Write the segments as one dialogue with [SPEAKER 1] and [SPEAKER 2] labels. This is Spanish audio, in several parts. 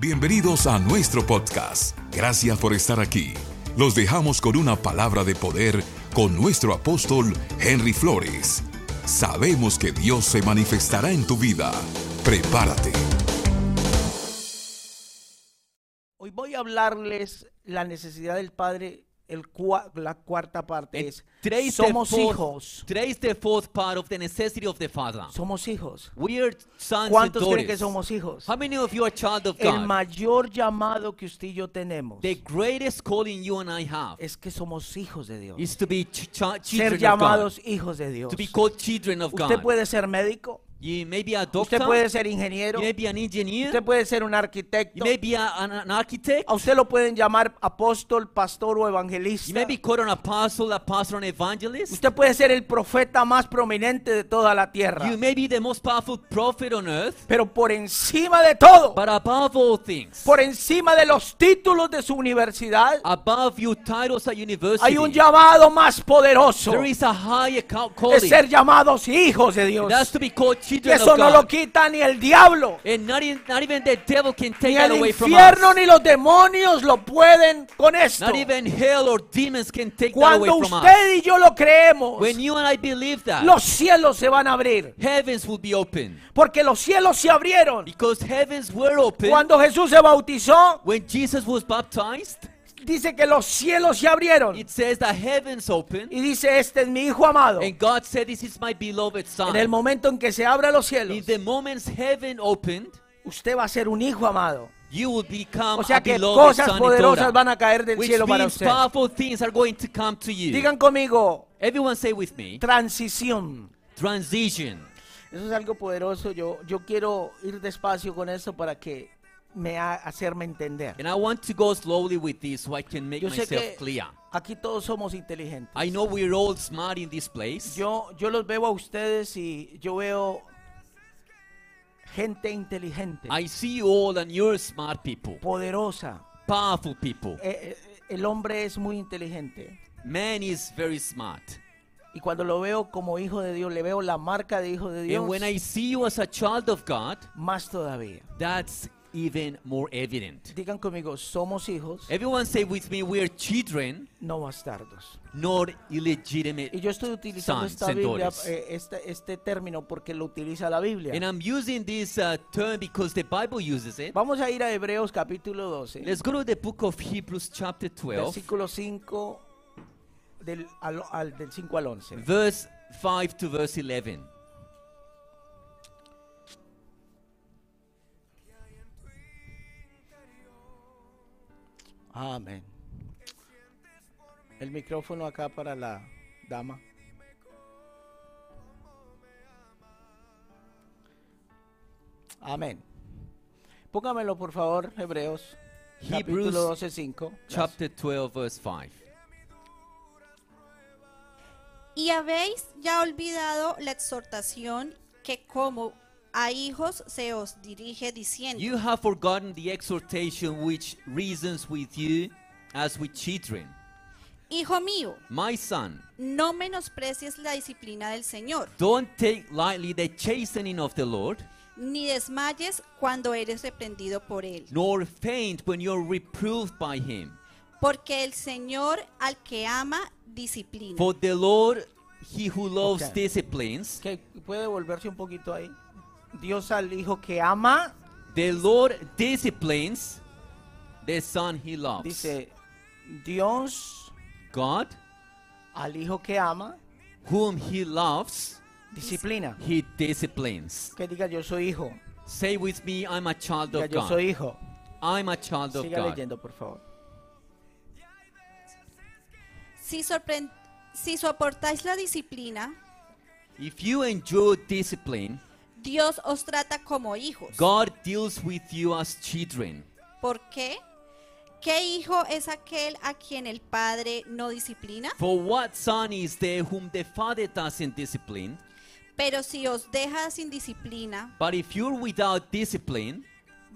[SPEAKER 1] Bienvenidos a nuestro podcast. Gracias por estar aquí. Los dejamos con una palabra de poder con nuestro apóstol Henry Flores. Sabemos que Dios se manifestará en tu vida. Prepárate.
[SPEAKER 2] Hoy voy a hablarles la necesidad del padre, el cua- la cuarta
[SPEAKER 3] Eh,
[SPEAKER 2] parte es,
[SPEAKER 3] Trace the
[SPEAKER 2] somos
[SPEAKER 3] fourth-
[SPEAKER 2] hijos,
[SPEAKER 3] Trace the fourth part of the necessity of the father.
[SPEAKER 2] somos hijos.
[SPEAKER 3] We are sons and
[SPEAKER 2] ¿Cuántos creen
[SPEAKER 3] daughters.
[SPEAKER 2] que somos hijos?
[SPEAKER 3] How many of you are child of
[SPEAKER 2] El
[SPEAKER 3] God?
[SPEAKER 2] mayor llamado que usted y yo tenemos
[SPEAKER 3] The greatest calling you and I have
[SPEAKER 2] es que somos hijos de Dios.
[SPEAKER 3] is to be ch- ch-
[SPEAKER 2] Ser
[SPEAKER 3] children of God.
[SPEAKER 2] llamados hijos de Dios.
[SPEAKER 3] To be called children of
[SPEAKER 2] Usted
[SPEAKER 3] God.
[SPEAKER 2] puede ser médico,
[SPEAKER 3] You may be a doctor.
[SPEAKER 2] usted puede ser ingeniero,
[SPEAKER 3] you may be an engineer.
[SPEAKER 2] usted puede ser un
[SPEAKER 3] You
[SPEAKER 2] arquitecto.
[SPEAKER 3] may be a- an, an architect.
[SPEAKER 2] A usted lo pueden llamar apóstol, pastor o
[SPEAKER 3] You
[SPEAKER 2] evangelista.
[SPEAKER 3] may be called an apostle, apostle, an evangelist.
[SPEAKER 2] Usted puede ser el profeta más prominente de toda la tierra.
[SPEAKER 3] You may be the most powerful prophet on earth.
[SPEAKER 2] Pero por encima de todo,
[SPEAKER 3] But above all things,
[SPEAKER 2] por encima de los títulos de su
[SPEAKER 3] Ah,
[SPEAKER 2] universidad,
[SPEAKER 3] above your titles at university,
[SPEAKER 2] hay un llamado más poderoso.
[SPEAKER 3] pues there is a higher ca-
[SPEAKER 2] Es
[SPEAKER 3] calling.
[SPEAKER 2] ser llamados hijos de Dios.
[SPEAKER 3] That's to be called
[SPEAKER 2] Que
[SPEAKER 3] children
[SPEAKER 2] eso
[SPEAKER 3] of
[SPEAKER 2] no lo
[SPEAKER 3] God.
[SPEAKER 2] quita ni el diablo,
[SPEAKER 3] And not, in, not even the devil can take
[SPEAKER 2] ni
[SPEAKER 3] that
[SPEAKER 2] el
[SPEAKER 3] away from
[SPEAKER 2] infierno,
[SPEAKER 3] us.
[SPEAKER 2] ni los demonios lo pueden con esto.
[SPEAKER 3] Not even hell or demons can take that away
[SPEAKER 2] Cuando
[SPEAKER 3] from us.
[SPEAKER 2] usted y yo lo creemos,
[SPEAKER 3] When you and I believe that,
[SPEAKER 2] los cielos se van a abrir.
[SPEAKER 3] heavens will be open.
[SPEAKER 2] Porque los cielos se abrieron.
[SPEAKER 3] Because heavens were open
[SPEAKER 2] Cuando Jesús se bautizó,
[SPEAKER 3] when Jesus was baptized.
[SPEAKER 2] dice que los cielos se abrieron.
[SPEAKER 3] It says that heavens open.
[SPEAKER 2] Y dice, este es mi hijo amado.
[SPEAKER 3] And God said, This is my beloved
[SPEAKER 2] En el
[SPEAKER 3] son.
[SPEAKER 2] momento en que se abran los
[SPEAKER 3] In
[SPEAKER 2] cielos,
[SPEAKER 3] the moments heaven opened,
[SPEAKER 2] usted va a ser un hijo amado.
[SPEAKER 3] you will become
[SPEAKER 2] O sea
[SPEAKER 3] a
[SPEAKER 2] que
[SPEAKER 3] beloved
[SPEAKER 2] cosas
[SPEAKER 3] son and daughter.
[SPEAKER 2] poderosas van a caer del
[SPEAKER 3] Which
[SPEAKER 2] cielo para
[SPEAKER 3] means
[SPEAKER 2] usted.
[SPEAKER 3] powerful things are going to come to you.
[SPEAKER 2] Digan conmigo,
[SPEAKER 3] Everyone say with me,
[SPEAKER 2] transición.
[SPEAKER 3] transition.
[SPEAKER 2] Eso es algo poderoso. Yo, yo quiero ir despacio con eso para que me ha- hacerme entender.
[SPEAKER 3] And I want to go slowly with this so I can make
[SPEAKER 2] Yo sé
[SPEAKER 3] myself
[SPEAKER 2] que
[SPEAKER 3] clear.
[SPEAKER 2] aquí todos somos inteligentes.
[SPEAKER 3] I know we're all smart in this place.
[SPEAKER 2] Yo, yo los veo a ustedes y yo veo gente inteligente,
[SPEAKER 3] I see you all and you're smart people,
[SPEAKER 2] poderosa.
[SPEAKER 3] powerful people.
[SPEAKER 2] Eh, eh, el hombre es muy inteligente.
[SPEAKER 3] Man is very smart.
[SPEAKER 2] Y cuando lo veo como hijo de Dios, le veo la marca de hijo de Dios,
[SPEAKER 3] And when I see you as a child of God,
[SPEAKER 2] más todavía.
[SPEAKER 3] that's even more evident.
[SPEAKER 2] Digan conmigo, somos hijos,
[SPEAKER 3] Everyone say with me, we're children,
[SPEAKER 2] no bastardos.
[SPEAKER 3] not
[SPEAKER 2] Y
[SPEAKER 3] illegitimate.
[SPEAKER 2] yo estoy utilizando
[SPEAKER 3] Sons
[SPEAKER 2] esta
[SPEAKER 3] and
[SPEAKER 2] Biblia,
[SPEAKER 3] daughters.
[SPEAKER 2] eh, este, este término porque lo utiliza la
[SPEAKER 3] And
[SPEAKER 2] Biblia.
[SPEAKER 3] I'm using this uh, term because the Bible uses it.
[SPEAKER 2] Vamos a ir a Hebreos capítulo 12,
[SPEAKER 3] Let's go to the book of Hebrews, chapter 12,
[SPEAKER 2] versículo 5 del, al, al- del 5 al 11.
[SPEAKER 3] verse 5 to verse 11.
[SPEAKER 2] Amén. El micrófono acá para la dama. Amén. Póngamelo por favor, Hebreos.
[SPEAKER 3] Hebrews
[SPEAKER 2] capítulo 12, 5.
[SPEAKER 3] Chapter 12, verse 5.
[SPEAKER 4] Y habéis ya olvidado la exhortación que como a hijos se os dirige diciendo,
[SPEAKER 3] You have forgotten the exhortation which reasons with you as with children.
[SPEAKER 4] Hijo mío,
[SPEAKER 3] My son,
[SPEAKER 4] no menosprecies la disciplina del Señor,
[SPEAKER 3] don't take lightly the chastening of the Lord,
[SPEAKER 4] ni desmayes cuando eres reprendido por él,
[SPEAKER 3] nor faint when you're reproved by him.
[SPEAKER 4] porque el Señor al que ama disciplina.
[SPEAKER 3] For the Lord, he who loves
[SPEAKER 2] Okay.
[SPEAKER 3] disciplines,
[SPEAKER 2] Que puede volverse un poquito ahí. Dios al hijo que ama,
[SPEAKER 3] the Lord disciplines the son he loves.
[SPEAKER 2] dice Dios
[SPEAKER 3] God,
[SPEAKER 2] al hijo que ama,
[SPEAKER 3] whom he loves,
[SPEAKER 2] disciplina.
[SPEAKER 3] he disciplines.
[SPEAKER 2] Que diga yo soy hijo.
[SPEAKER 3] Say with me, I'm a child
[SPEAKER 2] Diga
[SPEAKER 3] of
[SPEAKER 2] yo soy
[SPEAKER 3] God.
[SPEAKER 2] hijo.
[SPEAKER 3] I'm a child of
[SPEAKER 2] Siga
[SPEAKER 3] God.
[SPEAKER 2] leyendo por favor.
[SPEAKER 4] Si, sorpren- si soportáis la disciplina,
[SPEAKER 3] If you endure discipline,
[SPEAKER 4] Dios os trata como hijos.
[SPEAKER 3] God deals with you as children.
[SPEAKER 4] ¿Por qué? ¿Qué hijo es aquel a quien el padre no disciplina?
[SPEAKER 3] For what son is there whom the father doesn't discipline?
[SPEAKER 4] Pero si os deja sin disciplina,
[SPEAKER 3] But if you're without discipline,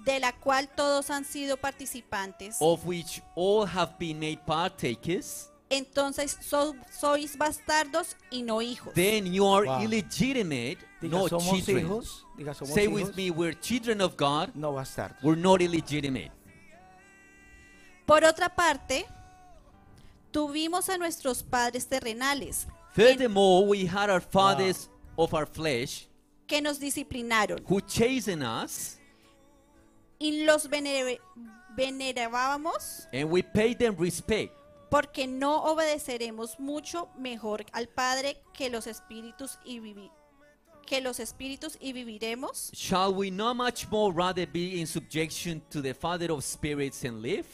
[SPEAKER 4] de la cual todos han sido participantes,
[SPEAKER 3] of which all have been made partakers,
[SPEAKER 4] entonces so- sois bastardos y no hijos.
[SPEAKER 3] Then you are
[SPEAKER 2] Wow.
[SPEAKER 3] illegitimate,
[SPEAKER 2] Diga,
[SPEAKER 3] not
[SPEAKER 2] somos
[SPEAKER 3] children.
[SPEAKER 2] hijos. Diga, somos
[SPEAKER 3] Say
[SPEAKER 2] hijos.
[SPEAKER 3] with me, we're children of God,
[SPEAKER 2] No bastardos.
[SPEAKER 3] we're not illegitimate.
[SPEAKER 4] Por otra parte, tuvimos a nuestros padres terrenales
[SPEAKER 3] Furthermore, we had our fathers of our flesh
[SPEAKER 4] que nos disciplinaron
[SPEAKER 3] who chastened us,
[SPEAKER 4] y los venere- venerábamos
[SPEAKER 3] and we paid them respect.
[SPEAKER 4] porque no obedeceremos mucho mejor al Padre que los espíritus y vivi- que los espíritus y viviremos.
[SPEAKER 3] Shall we not much more rather be in subjection to the Father of spirits and live?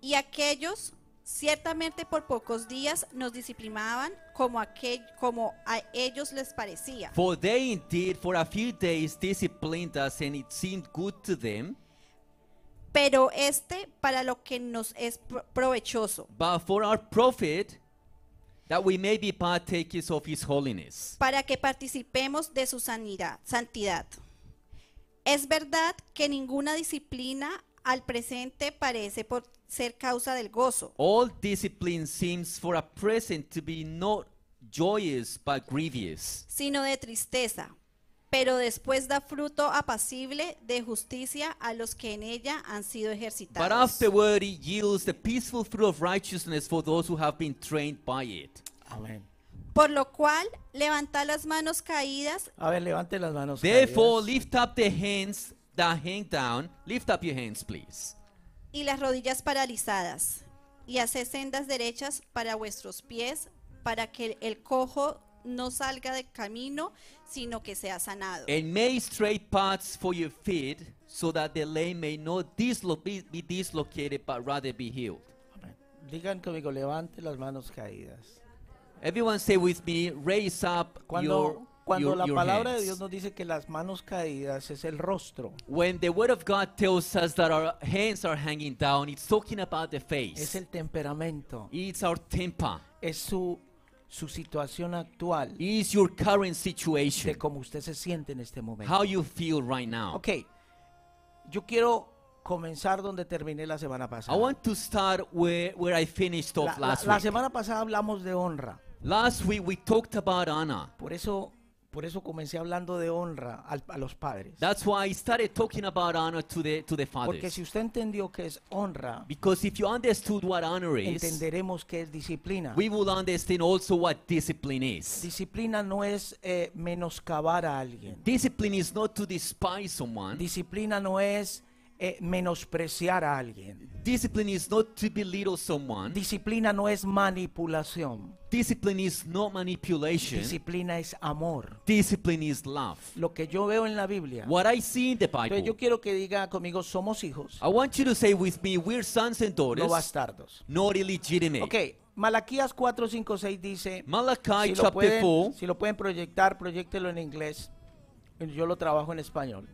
[SPEAKER 4] Y aquellos ciertamente por pocos días nos disciplinaban como, aquel, como a ellos les parecía.
[SPEAKER 3] For they indeed for a few days disciplined us, and it seemed good to them,
[SPEAKER 4] Pero este para lo que nos es pro- provechoso,
[SPEAKER 3] but for our profit, that we may be partakers of His holiness.
[SPEAKER 4] para que participemos de su sanidad, santidad. Es verdad que ninguna disciplina al presente parece por ser causa del gozo,
[SPEAKER 3] All discipline seems for a present to be not joyous but grievous.
[SPEAKER 4] sino de tristeza, pero después da fruto apacible de justicia a los que en ella han sido
[SPEAKER 3] But
[SPEAKER 4] ejercitados.
[SPEAKER 3] afterward it yields the peaceful fruit of righteousness for those who have been trained by it.
[SPEAKER 2] Amén.
[SPEAKER 4] Por lo cual, levantad las manos caídas
[SPEAKER 2] A ver, levante las manos.
[SPEAKER 3] Therefore,
[SPEAKER 2] caídas.
[SPEAKER 3] lift up the hands that hang down. Lift up your hands, please.
[SPEAKER 4] y las rodillas paralizadas, y haced sendas derechas para vuestros pies, para que el cojo no salga del camino, sino que sea sanado.
[SPEAKER 3] And make straight paths for your feet, so that the lame may not dislo- be, be dislocated but rather be healed.
[SPEAKER 2] Amén. Digan conmigo, levante las manos caídas.
[SPEAKER 3] Everyone say with me, raise up
[SPEAKER 2] Cuando,
[SPEAKER 3] your,
[SPEAKER 2] cuando
[SPEAKER 3] your,
[SPEAKER 2] la
[SPEAKER 3] your
[SPEAKER 2] palabra de
[SPEAKER 3] hands.
[SPEAKER 2] Dios nos dice que las manos caídas es el rostro,
[SPEAKER 3] When the word of God tells us that our hands are hanging down, it's talking about the
[SPEAKER 2] es
[SPEAKER 3] face.
[SPEAKER 2] el temperamento,
[SPEAKER 3] It's our temper.
[SPEAKER 2] es su, su situación actual,
[SPEAKER 3] It's your
[SPEAKER 2] de
[SPEAKER 3] current situation.
[SPEAKER 2] cómo usted se siente en este momento.
[SPEAKER 3] How you feel right now.
[SPEAKER 2] Ok, yo quiero comenzar donde terminé la semana
[SPEAKER 3] I
[SPEAKER 2] pasada.
[SPEAKER 3] want to start where, where I finished
[SPEAKER 2] La-
[SPEAKER 3] off
[SPEAKER 2] la-
[SPEAKER 3] last
[SPEAKER 2] la
[SPEAKER 3] week.
[SPEAKER 2] semana pasada hablamos de honra.
[SPEAKER 3] Last week we talked about honor.
[SPEAKER 2] Por eso, por eso comencé hablando de honra al- a los padres.
[SPEAKER 3] That's why I started talking about honor to the to the
[SPEAKER 2] Porque
[SPEAKER 3] fathers.
[SPEAKER 2] si usted entendió que es honra,
[SPEAKER 3] Because if you understood what honor is,
[SPEAKER 2] entenderemos que es disciplina.
[SPEAKER 3] we will understand also what discipline is.
[SPEAKER 2] Disciplina no es eh, menoscabar a alguien.
[SPEAKER 3] Discipline is not to despise someone.
[SPEAKER 2] Disciplina no es eh, menospreciar a alguien.
[SPEAKER 3] Discipline is not to belittle someone.
[SPEAKER 2] Disciplina no es manipulación.
[SPEAKER 3] Discipline is not manipulation.
[SPEAKER 2] Disciplina es amor.
[SPEAKER 3] Discipline is love.
[SPEAKER 2] Lo que yo veo en la Biblia.
[SPEAKER 3] What I see in the
[SPEAKER 2] Entonces yo
[SPEAKER 3] Bible.
[SPEAKER 2] quiero que diga conmigo, somos hijos,
[SPEAKER 3] I want you to say with me, we're sons and
[SPEAKER 2] no
[SPEAKER 3] daughters,
[SPEAKER 2] bastardos.
[SPEAKER 3] not illegitimate.
[SPEAKER 2] Ok, Malaquías 4, 5, 6 dice,
[SPEAKER 3] Malachi
[SPEAKER 2] si lo,
[SPEAKER 3] chapter
[SPEAKER 2] pueden,
[SPEAKER 3] 4,
[SPEAKER 2] si lo pueden proyectar, proyectelo en inglés. Yo lo trabajo en español.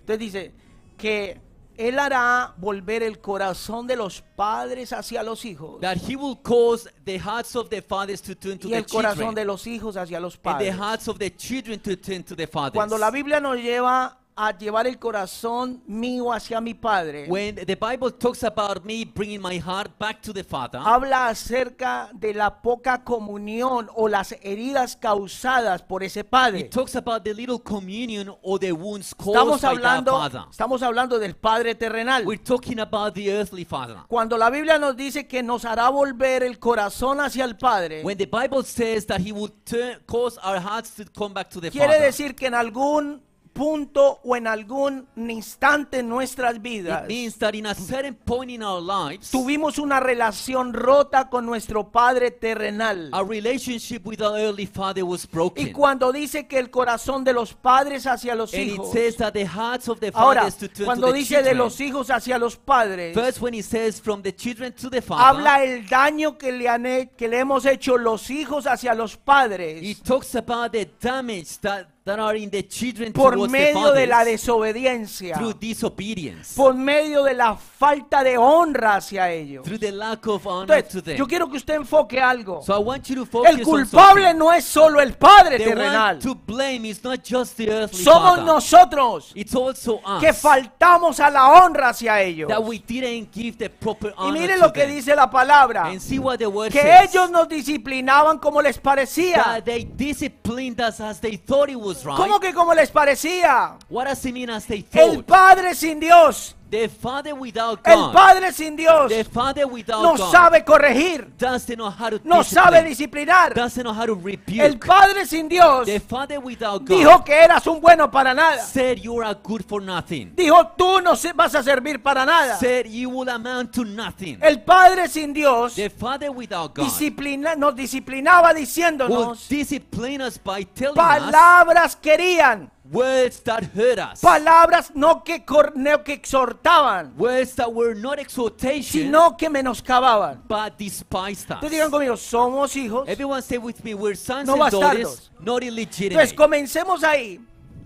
[SPEAKER 2] Entonces dice que él hará volver el corazón de los padres hacia los hijos
[SPEAKER 3] that he will cause the hearts of the fathers to turn to
[SPEAKER 2] y
[SPEAKER 3] the
[SPEAKER 2] el corazón de
[SPEAKER 3] children,
[SPEAKER 2] los hijos hacia los
[SPEAKER 3] and the
[SPEAKER 2] padres.
[SPEAKER 3] hearts of the children to turn to the
[SPEAKER 2] Cuando la
[SPEAKER 3] fathers.
[SPEAKER 2] Biblia nos lleva a llevar el corazón mío hacia mi padre,
[SPEAKER 3] When the Bible talks about me bringing my heart back to the Father,
[SPEAKER 2] habla acerca de la poca comunión o las heridas causadas por ese padre.
[SPEAKER 3] it talks about the little communion or the wounds caused
[SPEAKER 2] Estamos
[SPEAKER 3] by that
[SPEAKER 2] hablando,
[SPEAKER 3] Father.
[SPEAKER 2] estamos hablando del padre terrenal.
[SPEAKER 3] We're talking about the earthly Father.
[SPEAKER 2] Cuando la Biblia nos dice que nos hará volver el corazón hacia el Padre,
[SPEAKER 3] When the Bible says that He will turn, cause our hearts to come back to the
[SPEAKER 2] quiere
[SPEAKER 3] Father,
[SPEAKER 2] decir que en algún punto o en algún instante en nuestras vidas
[SPEAKER 3] it means that in a certain point in our lives,
[SPEAKER 2] tuvimos una relación rota con nuestro Padre terrenal.
[SPEAKER 3] our relationship with our earthly Father was
[SPEAKER 2] Y
[SPEAKER 3] broken.
[SPEAKER 2] cuando dice que el corazón de los padres hacia los
[SPEAKER 3] And it
[SPEAKER 2] hijos,
[SPEAKER 3] says that the hearts of the
[SPEAKER 2] ahora,
[SPEAKER 3] fathers to turn
[SPEAKER 2] cuando
[SPEAKER 3] to the
[SPEAKER 2] dice de
[SPEAKER 3] children.
[SPEAKER 2] los hijos hacia los padres,
[SPEAKER 3] First, when he says from the children to the father,
[SPEAKER 2] habla el daño que le, han he- que le hemos hecho los hijos hacia los padres.
[SPEAKER 3] he talks about the damage that, that are in the children
[SPEAKER 2] por
[SPEAKER 3] towards
[SPEAKER 2] medio de
[SPEAKER 3] the
[SPEAKER 2] la
[SPEAKER 3] fathers
[SPEAKER 2] desobediencia,
[SPEAKER 3] through disobedience,
[SPEAKER 2] por medio de la falta de honra hacia ellos.
[SPEAKER 3] through the lack of honor to
[SPEAKER 2] Entonces,
[SPEAKER 3] them.
[SPEAKER 2] yo quiero que usted enfoque algo.
[SPEAKER 3] so I want you to focus
[SPEAKER 2] El
[SPEAKER 3] on
[SPEAKER 2] culpable
[SPEAKER 3] something.
[SPEAKER 2] no es solo el Padre
[SPEAKER 3] the
[SPEAKER 2] terrenal.
[SPEAKER 3] one to blame is not just the earthly
[SPEAKER 2] Somos
[SPEAKER 3] father.
[SPEAKER 2] nosotros
[SPEAKER 3] It's also us
[SPEAKER 2] que faltamos a la honra hacia ellos.
[SPEAKER 3] that we didn't give the proper
[SPEAKER 2] Y
[SPEAKER 3] honor
[SPEAKER 2] mire
[SPEAKER 3] to
[SPEAKER 2] lo que
[SPEAKER 3] them.
[SPEAKER 2] dice la palabra.
[SPEAKER 3] And see what the word
[SPEAKER 2] Que
[SPEAKER 3] says.
[SPEAKER 2] ellos nos disciplinaban como les parecía.
[SPEAKER 3] that they disciplined us as they thought it was right.
[SPEAKER 2] ¿Cómo que como les parecía?
[SPEAKER 3] What does it mean as they
[SPEAKER 2] El
[SPEAKER 3] thought?
[SPEAKER 2] Padre sin Dios,
[SPEAKER 3] the father without
[SPEAKER 2] el
[SPEAKER 3] God.
[SPEAKER 2] Padre sin Dios,
[SPEAKER 3] the father without
[SPEAKER 2] no
[SPEAKER 3] God
[SPEAKER 2] sabe corregir,
[SPEAKER 3] doesn't know how to
[SPEAKER 2] no
[SPEAKER 3] discipline.
[SPEAKER 2] sabe disciplinar.
[SPEAKER 3] doesn't know how to rebuke.
[SPEAKER 2] El Padre sin Dios
[SPEAKER 3] the father without God
[SPEAKER 2] dijo que eras un bueno para nada.
[SPEAKER 3] said you are good for nothing.
[SPEAKER 2] Dijo tú no se- vas a servir para nada.
[SPEAKER 3] Said you will amount to nothing.
[SPEAKER 2] El Padre sin Dios
[SPEAKER 3] the father without God
[SPEAKER 2] disciplina, nos disciplinaba
[SPEAKER 3] will
[SPEAKER 2] diciéndonos
[SPEAKER 3] discipline us by telling us
[SPEAKER 2] palabras querían,
[SPEAKER 3] words that hurt us.
[SPEAKER 2] palabras no que, cor- no que exhortaban,
[SPEAKER 3] words that were not exhortation
[SPEAKER 2] sino que menoscababan.
[SPEAKER 3] but despised us.
[SPEAKER 2] Entonces digan conmigo, somos hijos.
[SPEAKER 3] Everyone say with me, we're sons
[SPEAKER 2] No
[SPEAKER 3] and daughters,
[SPEAKER 2] bastardos.
[SPEAKER 3] not
[SPEAKER 2] Entonces
[SPEAKER 3] illegitimate.
[SPEAKER 2] comencemos ahí.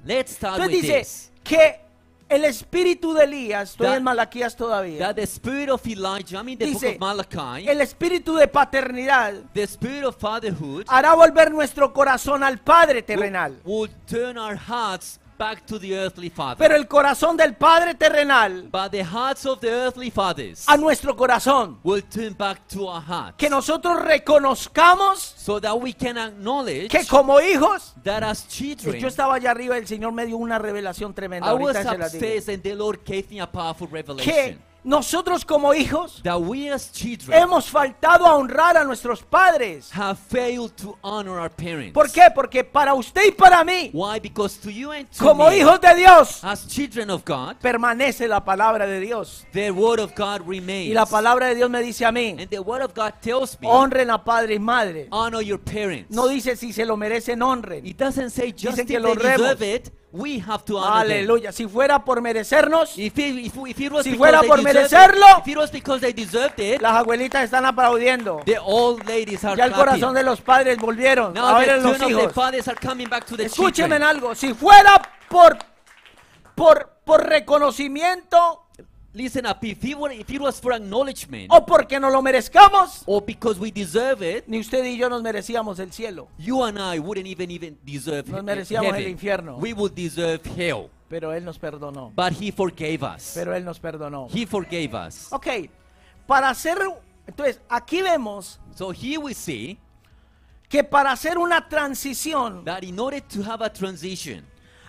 [SPEAKER 3] Let's start
[SPEAKER 2] Entonces
[SPEAKER 3] with
[SPEAKER 2] dice
[SPEAKER 3] this.
[SPEAKER 2] que el espíritu de Elías, estoy
[SPEAKER 3] That-
[SPEAKER 2] en Malaquías todavía,
[SPEAKER 3] That the spirit of Elijah, I mean the book
[SPEAKER 2] dice,
[SPEAKER 3] of Malachi,
[SPEAKER 2] el espíritu de paternidad
[SPEAKER 3] the spirit of fatherhood
[SPEAKER 2] hará volver nuestro corazón al Padre
[SPEAKER 3] Uh.
[SPEAKER 2] terrenal.
[SPEAKER 3] will turn our hearts back to the earthly father.
[SPEAKER 2] Pero el corazón del Padre terrenal
[SPEAKER 3] but the hearts of the earthly fathers
[SPEAKER 2] a nuestro corazón.
[SPEAKER 3] will turn back to our hearts.
[SPEAKER 2] Ah, Que nosotros reconozcamos
[SPEAKER 3] so that we can acknowledge
[SPEAKER 2] que como hijos,
[SPEAKER 3] that as children,
[SPEAKER 2] yo estaba allá arriba y el Señor me dio una revelación tremenda.
[SPEAKER 3] I was
[SPEAKER 2] Ahorita se la digo.
[SPEAKER 3] upstairs and the Lord gave me a powerful
[SPEAKER 2] Que
[SPEAKER 3] revelation.
[SPEAKER 2] nosotros como hijos
[SPEAKER 3] that we as children
[SPEAKER 2] hemos faltado a honrar a nuestros padres.
[SPEAKER 3] have failed to honor our parents.
[SPEAKER 2] ¿Por qué? Porque para usted y para mí,
[SPEAKER 3] Why? Because to you and to
[SPEAKER 2] como
[SPEAKER 3] me, Ah.
[SPEAKER 2] hijos de Dios,
[SPEAKER 3] as children of God,
[SPEAKER 2] permanece la palabra de Dios.
[SPEAKER 3] the word of God remains.
[SPEAKER 2] Y la palabra de Dios me dice a mí,
[SPEAKER 3] and the word of God tells me,
[SPEAKER 2] honren a padre y madre.
[SPEAKER 3] honor your parents.
[SPEAKER 2] No dice si se lo merecen, honren.
[SPEAKER 3] it doesn't say just
[SPEAKER 2] Dicen
[SPEAKER 3] if
[SPEAKER 2] que
[SPEAKER 3] they
[SPEAKER 2] lo
[SPEAKER 3] deserve
[SPEAKER 2] remos.
[SPEAKER 3] it, we have to honor them.
[SPEAKER 2] Aleluya. Si fuera por merecernos,
[SPEAKER 3] If it, if, if it was
[SPEAKER 2] Si
[SPEAKER 3] because
[SPEAKER 2] fuera
[SPEAKER 3] they
[SPEAKER 2] por
[SPEAKER 3] deserved
[SPEAKER 2] merecerlo,
[SPEAKER 3] it, if it was because they deserved it,
[SPEAKER 2] las abuelitas están aplaudiendo.
[SPEAKER 3] the old ladies are
[SPEAKER 2] Ya el
[SPEAKER 3] clapping.
[SPEAKER 2] corazón de los padres volvieron.
[SPEAKER 3] now the
[SPEAKER 2] Ahora los
[SPEAKER 3] turn of the
[SPEAKER 2] hijos.
[SPEAKER 3] fathers are coming back to the
[SPEAKER 2] Escúchenme en
[SPEAKER 3] children.
[SPEAKER 2] algo. Si fuera por, por, por reconocimiento
[SPEAKER 3] Listen up, if it, were, if it was for acknowledgement,
[SPEAKER 2] o porque no lo merezcamos,
[SPEAKER 3] or because we deserve it,
[SPEAKER 2] ni usted y yo nos merecíamos el cielo.
[SPEAKER 3] you and I wouldn't even even deserve
[SPEAKER 2] Nos
[SPEAKER 3] he-
[SPEAKER 2] merecíamos el
[SPEAKER 3] heaven.
[SPEAKER 2] infierno.
[SPEAKER 3] We would deserve hell.
[SPEAKER 2] Pero Él nos perdonó.
[SPEAKER 3] But he forgave us.
[SPEAKER 2] Pero Él nos perdonó.
[SPEAKER 3] He forgave us.
[SPEAKER 2] Ok. Para hacer... Entonces, aquí vemos
[SPEAKER 3] So here we see
[SPEAKER 2] que para hacer una transición
[SPEAKER 3] that in order to have a transition,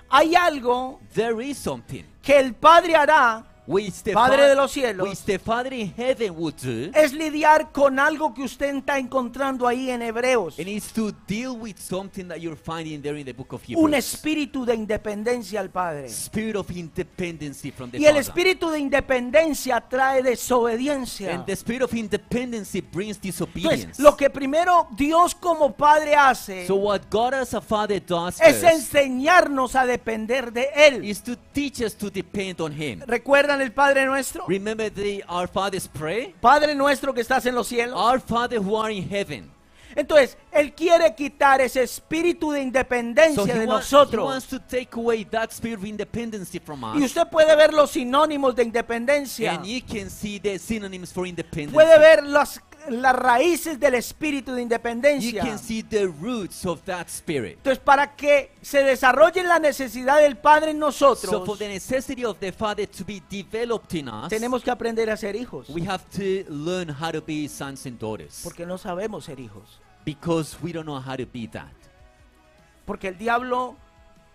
[SPEAKER 2] hay algo
[SPEAKER 3] there is something
[SPEAKER 2] que el Padre hará
[SPEAKER 3] which the,
[SPEAKER 2] Padre
[SPEAKER 3] Fa-
[SPEAKER 2] de los cielos. Eh.
[SPEAKER 3] which the Father in heaven would do,
[SPEAKER 2] es lidiar con algo que usted está encontrando ahí en Hebreos.
[SPEAKER 3] and it's to deal with something that you're finding there in the book of Hebrews.
[SPEAKER 2] Un espíritu de independencia al Padre.
[SPEAKER 3] Spirit of independency from the
[SPEAKER 2] Y el
[SPEAKER 3] Father.
[SPEAKER 2] espíritu de independencia trae desobediencia.
[SPEAKER 3] And the spirit of independency brings disobedience.
[SPEAKER 2] Entonces, lo que primero Dios como Padre hace
[SPEAKER 3] so what God as a Father does
[SPEAKER 2] es
[SPEAKER 3] first
[SPEAKER 2] enseñarnos a depender de Él.
[SPEAKER 3] is to teach us to depend on Him.
[SPEAKER 2] ¿Recuerdan el Padre nuestro?
[SPEAKER 3] Remember the Our Father's prayer?
[SPEAKER 2] Padre nuestro que estás en los cielos.
[SPEAKER 3] Our Father who are in heaven.
[SPEAKER 2] Entonces, Él quiere quitar ese espíritu de
[SPEAKER 3] So
[SPEAKER 2] independencia de
[SPEAKER 3] he, wa- he wants
[SPEAKER 2] nosotros.
[SPEAKER 3] to take away that spirit of independency from us.
[SPEAKER 2] Y usted puede ver los sinónimos de independencia.
[SPEAKER 3] And you can see the synonyms for independence.
[SPEAKER 2] puede ver las, las raíces del espíritu de
[SPEAKER 3] you
[SPEAKER 2] independencia.
[SPEAKER 3] can see the roots of that spirit.
[SPEAKER 2] Entonces, para que se desarrolle la necesidad del Padre en
[SPEAKER 3] So for
[SPEAKER 2] nosotros,
[SPEAKER 3] the necessity of the Father to be developed in us,
[SPEAKER 2] tenemos que aprender a ser hijos,
[SPEAKER 3] we have to learn how to be sons and daughters.
[SPEAKER 2] porque no sabemos ser hijos.
[SPEAKER 3] Because we don't know how to be that.
[SPEAKER 2] Porque el diablo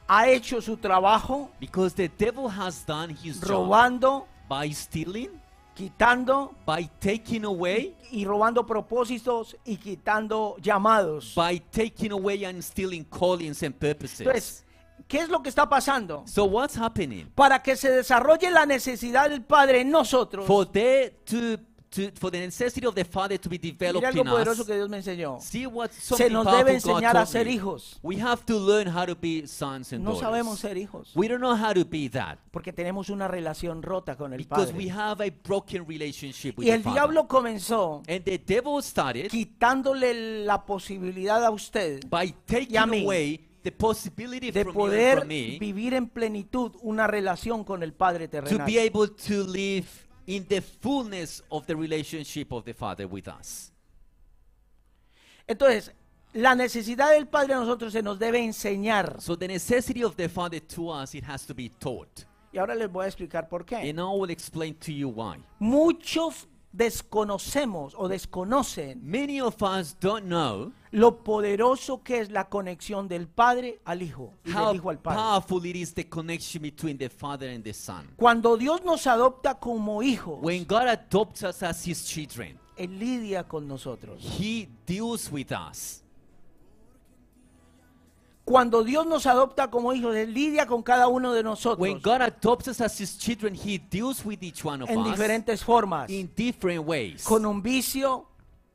[SPEAKER 2] ha hecho su trabajo
[SPEAKER 3] Because the devil has done his job
[SPEAKER 2] robando,
[SPEAKER 3] by stealing,
[SPEAKER 2] quitando
[SPEAKER 3] by taking away,
[SPEAKER 2] y robando propósitos y quitando llamados.
[SPEAKER 3] by taking away and stealing callings and purposes.
[SPEAKER 2] Entonces, ¿qué es lo que está pasando?
[SPEAKER 3] So what's happening?
[SPEAKER 2] Para que se desarrolle la necesidad del Padre en nosotros,
[SPEAKER 3] For there to, to for the necessity of the Father to be developed
[SPEAKER 2] mira algo
[SPEAKER 3] in us.
[SPEAKER 2] poderoso que Dios me enseñó.
[SPEAKER 3] See what
[SPEAKER 2] Se
[SPEAKER 3] something
[SPEAKER 2] nos
[SPEAKER 3] powerful
[SPEAKER 2] debe
[SPEAKER 3] God
[SPEAKER 2] enseñar a
[SPEAKER 3] told
[SPEAKER 2] ser
[SPEAKER 3] me.
[SPEAKER 2] hijos.
[SPEAKER 3] We have to learn how to be sons and
[SPEAKER 2] No sabemos
[SPEAKER 3] daughters.
[SPEAKER 2] ser hijos
[SPEAKER 3] We don't know how to be that
[SPEAKER 2] porque tenemos una relación rota con el
[SPEAKER 3] because we
[SPEAKER 2] Padre.
[SPEAKER 3] have a broken relationship with
[SPEAKER 2] Y
[SPEAKER 3] the
[SPEAKER 2] el
[SPEAKER 3] Father.
[SPEAKER 2] diablo comenzó
[SPEAKER 3] and the devil started
[SPEAKER 2] quitándole la posibilidad a usted
[SPEAKER 3] by taking
[SPEAKER 2] mí.
[SPEAKER 3] away the possibility
[SPEAKER 2] de
[SPEAKER 3] from you and
[SPEAKER 2] poder
[SPEAKER 3] from me
[SPEAKER 2] vivir en plenitud una relación con el Padre
[SPEAKER 3] to be
[SPEAKER 2] terrenal.
[SPEAKER 3] able to live in the fullness of the relationship of the Father with us.
[SPEAKER 2] Entonces, la necesidad del Padre a nosotros se nos debe enseñar.
[SPEAKER 3] So the necessity of the Father to us, it has to be taught.
[SPEAKER 2] Y ahora les voy a explicar por qué.
[SPEAKER 3] And I will explain to you why.
[SPEAKER 2] Muchos desconocemos o desconocen
[SPEAKER 3] Many of us don't know
[SPEAKER 2] lo poderoso que es la conexión del Padre al Hijo y
[SPEAKER 3] how
[SPEAKER 2] del Hijo al Padre.
[SPEAKER 3] powerful it is the connection between the Father and the Son.
[SPEAKER 2] Cuando Dios nos adopta como hijos,
[SPEAKER 3] When God adopts us as His children,
[SPEAKER 2] Él lidia con nosotros.
[SPEAKER 3] He deals with us.
[SPEAKER 2] Cuando Dios nos adopta como hijos, Él lidia con cada uno de
[SPEAKER 3] When
[SPEAKER 2] nosotros
[SPEAKER 3] God adopts us as His children, He deals with each one of
[SPEAKER 2] en
[SPEAKER 3] us
[SPEAKER 2] diferentes formas.
[SPEAKER 3] in different ways.
[SPEAKER 2] Con un vicio,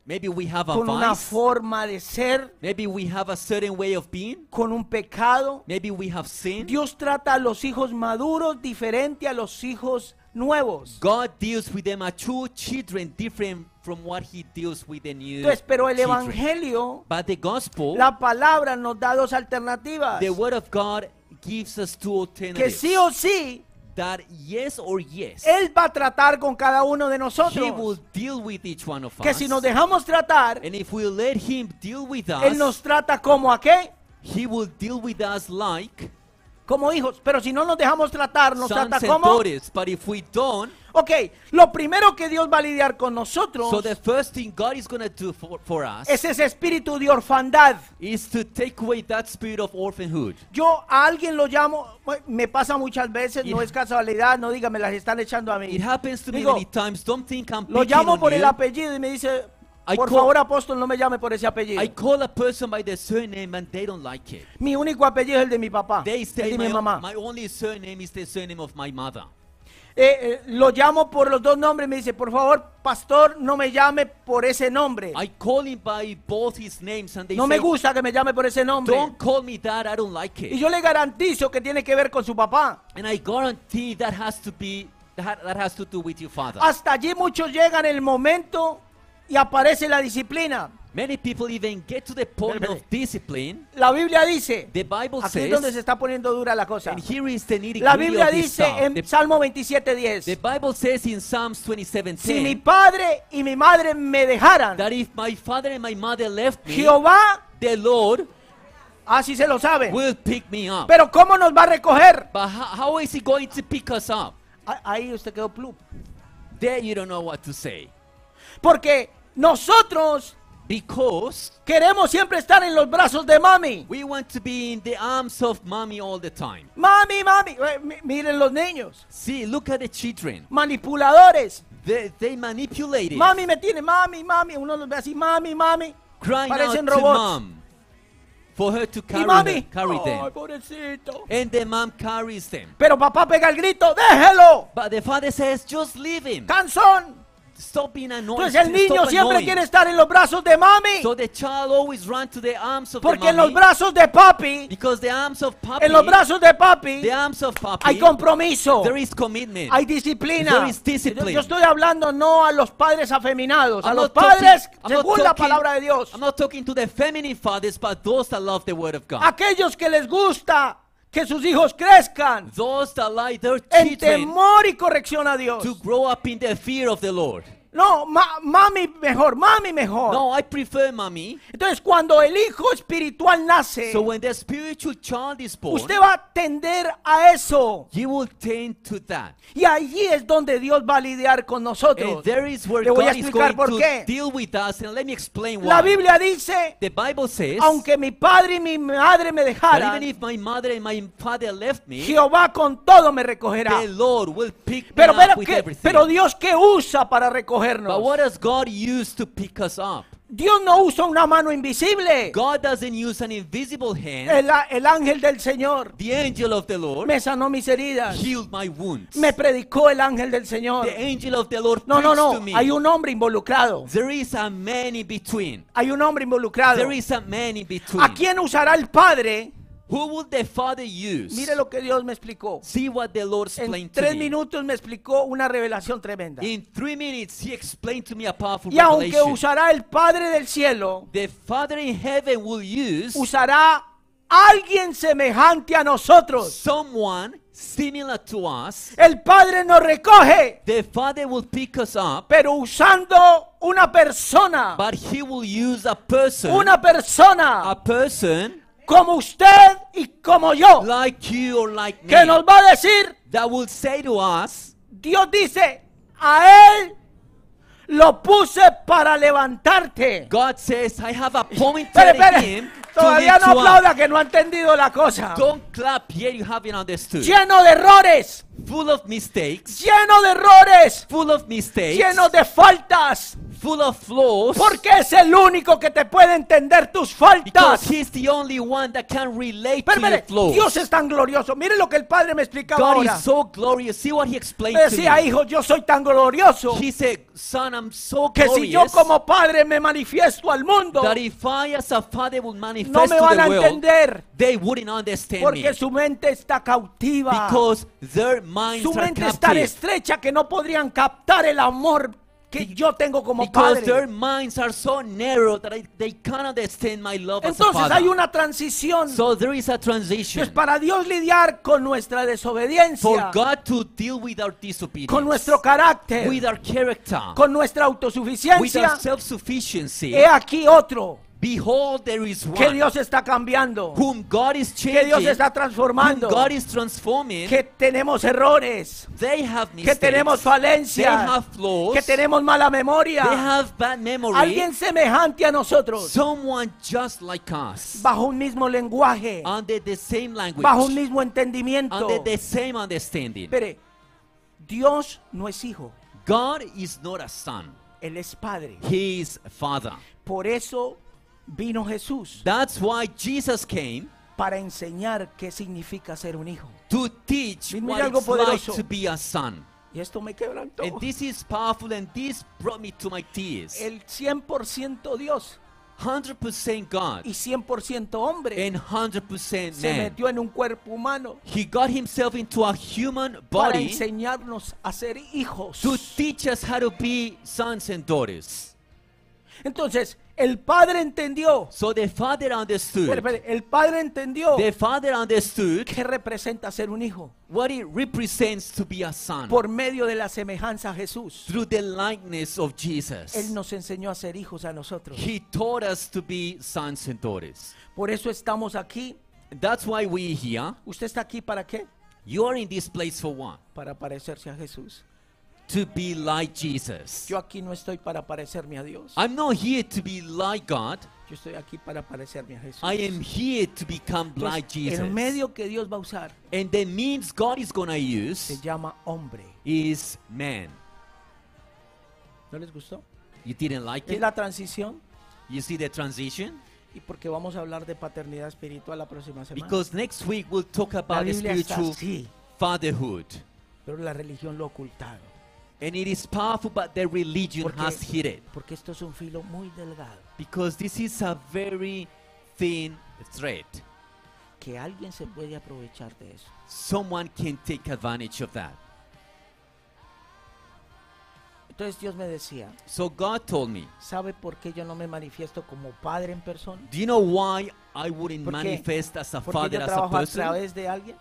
[SPEAKER 3] Maybe we have a
[SPEAKER 2] con una
[SPEAKER 3] vice.
[SPEAKER 2] forma de ser,
[SPEAKER 3] Maybe we have a certain way of being.
[SPEAKER 2] con un pecado.
[SPEAKER 3] Maybe we have sin.
[SPEAKER 2] Dios trata a los hijos maduros diferente a los hijos nuevos.
[SPEAKER 3] God deals with the mature children different from what He deals with the new
[SPEAKER 2] Entonces, pero el
[SPEAKER 3] children.
[SPEAKER 2] Evangelio,
[SPEAKER 3] But the gospel,
[SPEAKER 2] la palabra nos da dos alternativas.
[SPEAKER 3] the word of God, gives us two
[SPEAKER 2] Que
[SPEAKER 3] alternatives.
[SPEAKER 2] sí o sí,
[SPEAKER 3] that yes or yes,
[SPEAKER 2] Él va a tratar con cada uno de
[SPEAKER 3] He will
[SPEAKER 2] nosotros.
[SPEAKER 3] deal with each one of
[SPEAKER 2] Que
[SPEAKER 3] us.
[SPEAKER 2] si nos dejamos tratar,
[SPEAKER 3] and if we let Him deal with us,
[SPEAKER 2] Él nos trata como a qué?
[SPEAKER 3] He will deal with us like
[SPEAKER 2] Como hijos. Pero si no nos dejamos tratar, nos
[SPEAKER 3] sons
[SPEAKER 2] trata
[SPEAKER 3] and
[SPEAKER 2] como...
[SPEAKER 3] daughters. But if we don't,
[SPEAKER 2] Ok, lo primero que Dios va a lidiar con nosotros
[SPEAKER 3] so the first thing God is going to do for, for us
[SPEAKER 2] es ese espíritu de orfandad.
[SPEAKER 3] is to take away that spirit of orphanhood.
[SPEAKER 2] Yo a alguien lo llamo, bueno, me pasa muchas veces, no
[SPEAKER 3] It-
[SPEAKER 2] es casualidad, no diga, me las están echando a mí.
[SPEAKER 3] It happens to me
[SPEAKER 2] Digo,
[SPEAKER 3] many times. Don't think I'm
[SPEAKER 2] Lo
[SPEAKER 3] picking
[SPEAKER 2] llamo
[SPEAKER 3] on
[SPEAKER 2] por el
[SPEAKER 3] you.
[SPEAKER 2] apellido y me dice,
[SPEAKER 3] I
[SPEAKER 2] por
[SPEAKER 3] call-
[SPEAKER 2] favor apóstol, no me llame por ese apellido.
[SPEAKER 3] I call a person by their surname and they don't like it.
[SPEAKER 2] Mi único apellido es el de mi papá,
[SPEAKER 3] They
[SPEAKER 2] el
[SPEAKER 3] say
[SPEAKER 2] de
[SPEAKER 3] my,
[SPEAKER 2] mi
[SPEAKER 3] o-
[SPEAKER 2] mamá.
[SPEAKER 3] my only surname is the surname of my mother.
[SPEAKER 2] Eh, eh, lo llamo por los dos nombres, me dice, por favor, pastor, no me llame por ese nombre.
[SPEAKER 3] I call him by both his names and they
[SPEAKER 2] No
[SPEAKER 3] say,
[SPEAKER 2] me gusta que me llame por ese nombre.
[SPEAKER 3] don't call me that, I don't like it.
[SPEAKER 2] Y yo le garantizo que tiene que ver con su papá.
[SPEAKER 3] And I guarantee that has to be, that, that has to do with your father.
[SPEAKER 2] Hasta allí muchos llegan el momento y aparece la disciplina.
[SPEAKER 3] Many people even get to the point
[SPEAKER 2] Espere,
[SPEAKER 3] of discipline.
[SPEAKER 2] La Biblia dice,
[SPEAKER 3] The Bible
[SPEAKER 2] aquí es
[SPEAKER 3] says,
[SPEAKER 2] donde se está poniendo dura la cosa.
[SPEAKER 3] and here is the nitty
[SPEAKER 2] La Biblia
[SPEAKER 3] of this
[SPEAKER 2] dice
[SPEAKER 3] stuff.
[SPEAKER 2] en
[SPEAKER 3] the,
[SPEAKER 2] Salmo
[SPEAKER 3] the
[SPEAKER 2] 27:10,
[SPEAKER 3] Bible says in Psalms 27:10
[SPEAKER 2] si mi padre y mi madre me dejaran,
[SPEAKER 3] that if my father and my mother left me,
[SPEAKER 2] Jehová
[SPEAKER 3] the Lord
[SPEAKER 2] así se lo sabe.
[SPEAKER 3] will pick me up.
[SPEAKER 2] Pero ¿cómo nos va a recoger?
[SPEAKER 3] But ho- how is he going to pick us up?
[SPEAKER 2] A- Ahí usted quedó plup.
[SPEAKER 3] There you don't know what to say.
[SPEAKER 2] Porque nosotros
[SPEAKER 3] Because
[SPEAKER 2] queremos siempre estar en los brazos de mami.
[SPEAKER 3] we want to be in the arms of mommy all the time.
[SPEAKER 2] Mami, mami. Eh, mi- Miren los niños.
[SPEAKER 3] See, look at the children.
[SPEAKER 2] Manipuladores.
[SPEAKER 3] They, they manipulate it.
[SPEAKER 2] Mami me tiene, mami, mami. Uno los ve así, mami, mami.
[SPEAKER 3] crying out
[SPEAKER 2] Parecen
[SPEAKER 3] to
[SPEAKER 2] robots.
[SPEAKER 3] mom for her to
[SPEAKER 2] Y
[SPEAKER 3] carry,
[SPEAKER 2] mami.
[SPEAKER 3] her- carry
[SPEAKER 2] Ay,
[SPEAKER 3] them.
[SPEAKER 2] pobrecito.
[SPEAKER 3] And the mom carries them.
[SPEAKER 2] Pero papá pega el grito, déjelo.
[SPEAKER 3] But the father says, just leave him.
[SPEAKER 2] Canzón.
[SPEAKER 3] Stop being annoying.
[SPEAKER 2] Entonces el niño
[SPEAKER 3] Stop
[SPEAKER 2] siempre
[SPEAKER 3] annoying.
[SPEAKER 2] quiere estar en los brazos de mami.
[SPEAKER 3] So the child always runs to the arms of
[SPEAKER 2] Porque
[SPEAKER 3] the
[SPEAKER 2] en los
[SPEAKER 3] mommy.
[SPEAKER 2] brazos de papi,
[SPEAKER 3] because the arms of papi,
[SPEAKER 2] en los brazos de papi,
[SPEAKER 3] the arms of papi,
[SPEAKER 2] hay compromiso.
[SPEAKER 3] there is commitment.
[SPEAKER 2] Hay disciplina.
[SPEAKER 3] There is discipline.
[SPEAKER 2] Yo, yo estoy hablando no a los padres afeminados, a
[SPEAKER 3] I'm
[SPEAKER 2] los
[SPEAKER 3] not
[SPEAKER 2] padres
[SPEAKER 3] talking- I'm not
[SPEAKER 2] según la
[SPEAKER 3] talking-
[SPEAKER 2] palabra de Dios.
[SPEAKER 3] I'm not talking to the feminine fathers, but those that love the word of God.
[SPEAKER 2] Aquellos que les gusta que sus hijos crezcan
[SPEAKER 3] Those that like their
[SPEAKER 2] en
[SPEAKER 3] children
[SPEAKER 2] temor y corrección a Dios.
[SPEAKER 3] to grow up in the fear of the Lord.
[SPEAKER 2] No, ma- mami mejor, mami mejor.
[SPEAKER 3] No, I prefer mommy.
[SPEAKER 2] Entonces cuando el hijo espiritual nace,
[SPEAKER 3] So when the spiritual child is born,
[SPEAKER 2] Eh. usted va a tender a eso.
[SPEAKER 3] you will tend to that.
[SPEAKER 2] Y allí es donde Dios va a lidiar con nosotros.
[SPEAKER 3] And there is where
[SPEAKER 2] Le voy a
[SPEAKER 3] God is
[SPEAKER 2] explicar
[SPEAKER 3] going
[SPEAKER 2] por
[SPEAKER 3] to
[SPEAKER 2] qué.
[SPEAKER 3] deal with us. And let me explain why.
[SPEAKER 2] La Biblia dice,
[SPEAKER 3] the Bible says
[SPEAKER 2] aunque mi padre y mi madre me
[SPEAKER 3] that
[SPEAKER 2] dejaran,
[SPEAKER 3] even if my mother and my father left me,
[SPEAKER 2] Jehová con todo me recogerá.
[SPEAKER 3] the Lord will pick
[SPEAKER 2] Pero,
[SPEAKER 3] me up
[SPEAKER 2] pero,
[SPEAKER 3] with
[SPEAKER 2] ¿qué-
[SPEAKER 3] everything.
[SPEAKER 2] pero Dios que usa para
[SPEAKER 3] But
[SPEAKER 2] recogernos.
[SPEAKER 3] what does God use to pick us up?
[SPEAKER 2] Dios no usa una mano invisible.
[SPEAKER 3] God doesn't use an invisible hand.
[SPEAKER 2] El, a- el ángel del Señor
[SPEAKER 3] the angel of the Lord
[SPEAKER 2] me sanó mis heridas.
[SPEAKER 3] healed my wounds.
[SPEAKER 2] Me predicó el ángel del Señor.
[SPEAKER 3] the angel of the Lord
[SPEAKER 2] No, no,
[SPEAKER 3] preached
[SPEAKER 2] no.
[SPEAKER 3] to me.
[SPEAKER 2] Hay un hombre involucrado.
[SPEAKER 3] There is a man in between.
[SPEAKER 2] Hay un hombre involucrado.
[SPEAKER 3] There is a man in between.
[SPEAKER 2] ¿A quién usará el Padre?
[SPEAKER 3] Who will the Father use?
[SPEAKER 2] Mire lo que Dios me explicó.
[SPEAKER 3] See what the Lord
[SPEAKER 2] En
[SPEAKER 3] explained to
[SPEAKER 2] tres
[SPEAKER 3] me.
[SPEAKER 2] minutos me explicó una revelación tremenda.
[SPEAKER 3] In three minutes, he explained to me a powerful
[SPEAKER 2] Y aunque
[SPEAKER 3] revelation.
[SPEAKER 2] usará el Padre del cielo,
[SPEAKER 3] The Father in heaven will use
[SPEAKER 2] usará alguien semejante a nosotros.
[SPEAKER 3] Someone similar to us,
[SPEAKER 2] El Padre nos recoge,
[SPEAKER 3] the Father will pick us up,
[SPEAKER 2] pero usando una persona,
[SPEAKER 3] but He will use a person,
[SPEAKER 2] una
[SPEAKER 3] a
[SPEAKER 2] persona
[SPEAKER 3] person
[SPEAKER 2] como usted y como yo,
[SPEAKER 3] like you or like me,
[SPEAKER 2] que nos va a decir,
[SPEAKER 3] that will say to us,
[SPEAKER 2] Dios dice, a él lo puse para levantarte.
[SPEAKER 3] God says, I have appointed
[SPEAKER 2] Espere, espere.
[SPEAKER 3] Him to
[SPEAKER 2] Todavía
[SPEAKER 3] lift
[SPEAKER 2] no
[SPEAKER 3] you up."
[SPEAKER 2] aplauda que no ha entendido la cosa.
[SPEAKER 3] Don't clap yet you haven't understood.
[SPEAKER 2] Lleno de errores,
[SPEAKER 3] Full of mistakes,
[SPEAKER 2] lleno de errores,
[SPEAKER 3] full of mistakes,
[SPEAKER 2] lleno de faltas.
[SPEAKER 3] full of flaws,
[SPEAKER 2] Porque es el único que te puede entender tus
[SPEAKER 3] because
[SPEAKER 2] faltas.
[SPEAKER 3] he's the only one that can relate
[SPEAKER 2] Pero,
[SPEAKER 3] to your
[SPEAKER 2] mire,
[SPEAKER 3] flaws.
[SPEAKER 2] Dios es tan glorioso. Mire lo que el Padre me explicaba
[SPEAKER 3] God
[SPEAKER 2] ahora.
[SPEAKER 3] is so glorious. See what he explained
[SPEAKER 2] Me decía,
[SPEAKER 3] to me.
[SPEAKER 2] hijo, yo soy tan glorioso
[SPEAKER 3] He said, son, I'm so
[SPEAKER 2] que
[SPEAKER 3] glorious
[SPEAKER 2] si yo como padre me manifiesto al mundo,
[SPEAKER 3] that if I as a father would manifest
[SPEAKER 2] no me
[SPEAKER 3] to
[SPEAKER 2] van
[SPEAKER 3] the
[SPEAKER 2] a
[SPEAKER 3] world,
[SPEAKER 2] entender
[SPEAKER 3] they wouldn't understand
[SPEAKER 2] porque
[SPEAKER 3] me.
[SPEAKER 2] su mente está cautiva.
[SPEAKER 3] Because their minds
[SPEAKER 2] Su
[SPEAKER 3] are
[SPEAKER 2] mente es tan
[SPEAKER 3] captive.
[SPEAKER 2] estrecha que no podrían captar el amor que yo tengo como
[SPEAKER 3] Because their
[SPEAKER 2] padre.
[SPEAKER 3] minds are so narrow that I, they can't understand my love as a
[SPEAKER 2] Entonces
[SPEAKER 3] father.
[SPEAKER 2] hay una transición.
[SPEAKER 3] So there is a
[SPEAKER 2] Pues
[SPEAKER 3] transition
[SPEAKER 2] para Dios lidiar con nuestra
[SPEAKER 3] for
[SPEAKER 2] desobediencia,
[SPEAKER 3] God to deal with our disobedience,
[SPEAKER 2] con nuestro carácter,
[SPEAKER 3] with our character,
[SPEAKER 2] con nuestra
[SPEAKER 3] with our
[SPEAKER 2] autosuficiencia,
[SPEAKER 3] self-sufficiency.
[SPEAKER 2] he aquí otro
[SPEAKER 3] Behold, there is
[SPEAKER 2] que
[SPEAKER 3] one
[SPEAKER 2] Dios está cambiando,
[SPEAKER 3] whom God is
[SPEAKER 2] que
[SPEAKER 3] changing,
[SPEAKER 2] Dios está
[SPEAKER 3] whom
[SPEAKER 2] transformando,
[SPEAKER 3] God is transforming.
[SPEAKER 2] que tenemos errores,
[SPEAKER 3] They have
[SPEAKER 2] que
[SPEAKER 3] mistakes.
[SPEAKER 2] tenemos
[SPEAKER 3] They have
[SPEAKER 2] falencias,
[SPEAKER 3] flaws.
[SPEAKER 2] que tenemos mala
[SPEAKER 3] They
[SPEAKER 2] memoria,
[SPEAKER 3] have bad memory.
[SPEAKER 2] alguien semejante a nosotros,
[SPEAKER 3] Someone just like us,
[SPEAKER 2] bajo un mismo lenguaje,
[SPEAKER 3] under the same language,
[SPEAKER 2] bajo un mismo entendimiento.
[SPEAKER 3] under the same understanding.
[SPEAKER 2] Espere, Dios no es hijo,
[SPEAKER 3] God is not a son;
[SPEAKER 2] Él es padre.
[SPEAKER 3] He is a father.
[SPEAKER 2] Por eso vino Jesús.
[SPEAKER 3] That's why Jesus came
[SPEAKER 2] para enseñar qué significa ser un hijo.
[SPEAKER 3] to teach
[SPEAKER 2] Mira
[SPEAKER 3] what
[SPEAKER 2] algo
[SPEAKER 3] it's like
[SPEAKER 2] poderoso.
[SPEAKER 3] to be a son.
[SPEAKER 2] Y esto me quebrantó.
[SPEAKER 3] And this is powerful, and this brought me to my tears.
[SPEAKER 2] El 100% Dios
[SPEAKER 3] 100% God
[SPEAKER 2] y 100% hombre
[SPEAKER 3] and 100%
[SPEAKER 2] se
[SPEAKER 3] man.
[SPEAKER 2] metió en un cuerpo humano
[SPEAKER 3] He got himself into a human
[SPEAKER 2] para
[SPEAKER 3] body
[SPEAKER 2] enseñarnos a ser hijos.
[SPEAKER 3] to teach us how to be sons and daughters.
[SPEAKER 2] Entonces, el Padre entendió,
[SPEAKER 3] So the father
[SPEAKER 2] espere,
[SPEAKER 3] understood.
[SPEAKER 2] espere, el Padre entendió
[SPEAKER 3] The father understood
[SPEAKER 2] qué representa ser un hijo
[SPEAKER 3] what it represents to be a son.
[SPEAKER 2] por medio de la semejanza a Jesús.
[SPEAKER 3] Through the likeness of
[SPEAKER 2] Él
[SPEAKER 3] Jesus,
[SPEAKER 2] nos enseñó a ser hijos a nosotros.
[SPEAKER 3] he taught us to be sons and daughters.
[SPEAKER 2] Por eso estamos aquí.
[SPEAKER 3] That's why we here.
[SPEAKER 2] ¿Usted está aquí para qué?
[SPEAKER 3] You are in this place for what?
[SPEAKER 2] Para parecerse a Jesús.
[SPEAKER 3] To be like Jesus.
[SPEAKER 2] Yo aquí no estoy para parecerme a Dios.
[SPEAKER 3] I'm not here to be like God.
[SPEAKER 2] Yo estoy aquí para parecerme a Jesús.
[SPEAKER 3] I am here to become
[SPEAKER 2] Entonces,
[SPEAKER 3] like Jesus.
[SPEAKER 2] El medio que Dios va a usar
[SPEAKER 3] And the means God is gonna
[SPEAKER 2] se
[SPEAKER 3] use
[SPEAKER 2] llama hombre.
[SPEAKER 3] is man.
[SPEAKER 2] ¿No les gustó?
[SPEAKER 3] You didn't like
[SPEAKER 2] Es
[SPEAKER 3] it?
[SPEAKER 2] la transición
[SPEAKER 3] You see the transition?
[SPEAKER 2] y porque vamos a hablar de paternidad espiritual la próxima semana.
[SPEAKER 3] Because next week we'll talk
[SPEAKER 2] la
[SPEAKER 3] about the
[SPEAKER 2] Biblia está
[SPEAKER 3] spiritual
[SPEAKER 2] así,
[SPEAKER 3] fatherhood.
[SPEAKER 2] pero la religión lo ha ocultado.
[SPEAKER 3] And it is powerful, but the religion
[SPEAKER 2] Porque-
[SPEAKER 3] has hid it.
[SPEAKER 2] Porque esto es un filo muy delgado.
[SPEAKER 3] Because this is a very thin thread.
[SPEAKER 2] Que alguien se puede aprovechar de eso.
[SPEAKER 3] Someone can take advantage of that.
[SPEAKER 2] Entonces Dios me decía,
[SPEAKER 3] So God told me,
[SPEAKER 2] ¿sabe por qué yo no me manifiesto como padre en persona?
[SPEAKER 3] Do you know why I wouldn't
[SPEAKER 2] ¿Por qué?
[SPEAKER 3] manifest as a
[SPEAKER 2] Porque
[SPEAKER 3] father,
[SPEAKER 2] yo
[SPEAKER 3] as a
[SPEAKER 2] trabajo a
[SPEAKER 3] person?
[SPEAKER 2] través de alguien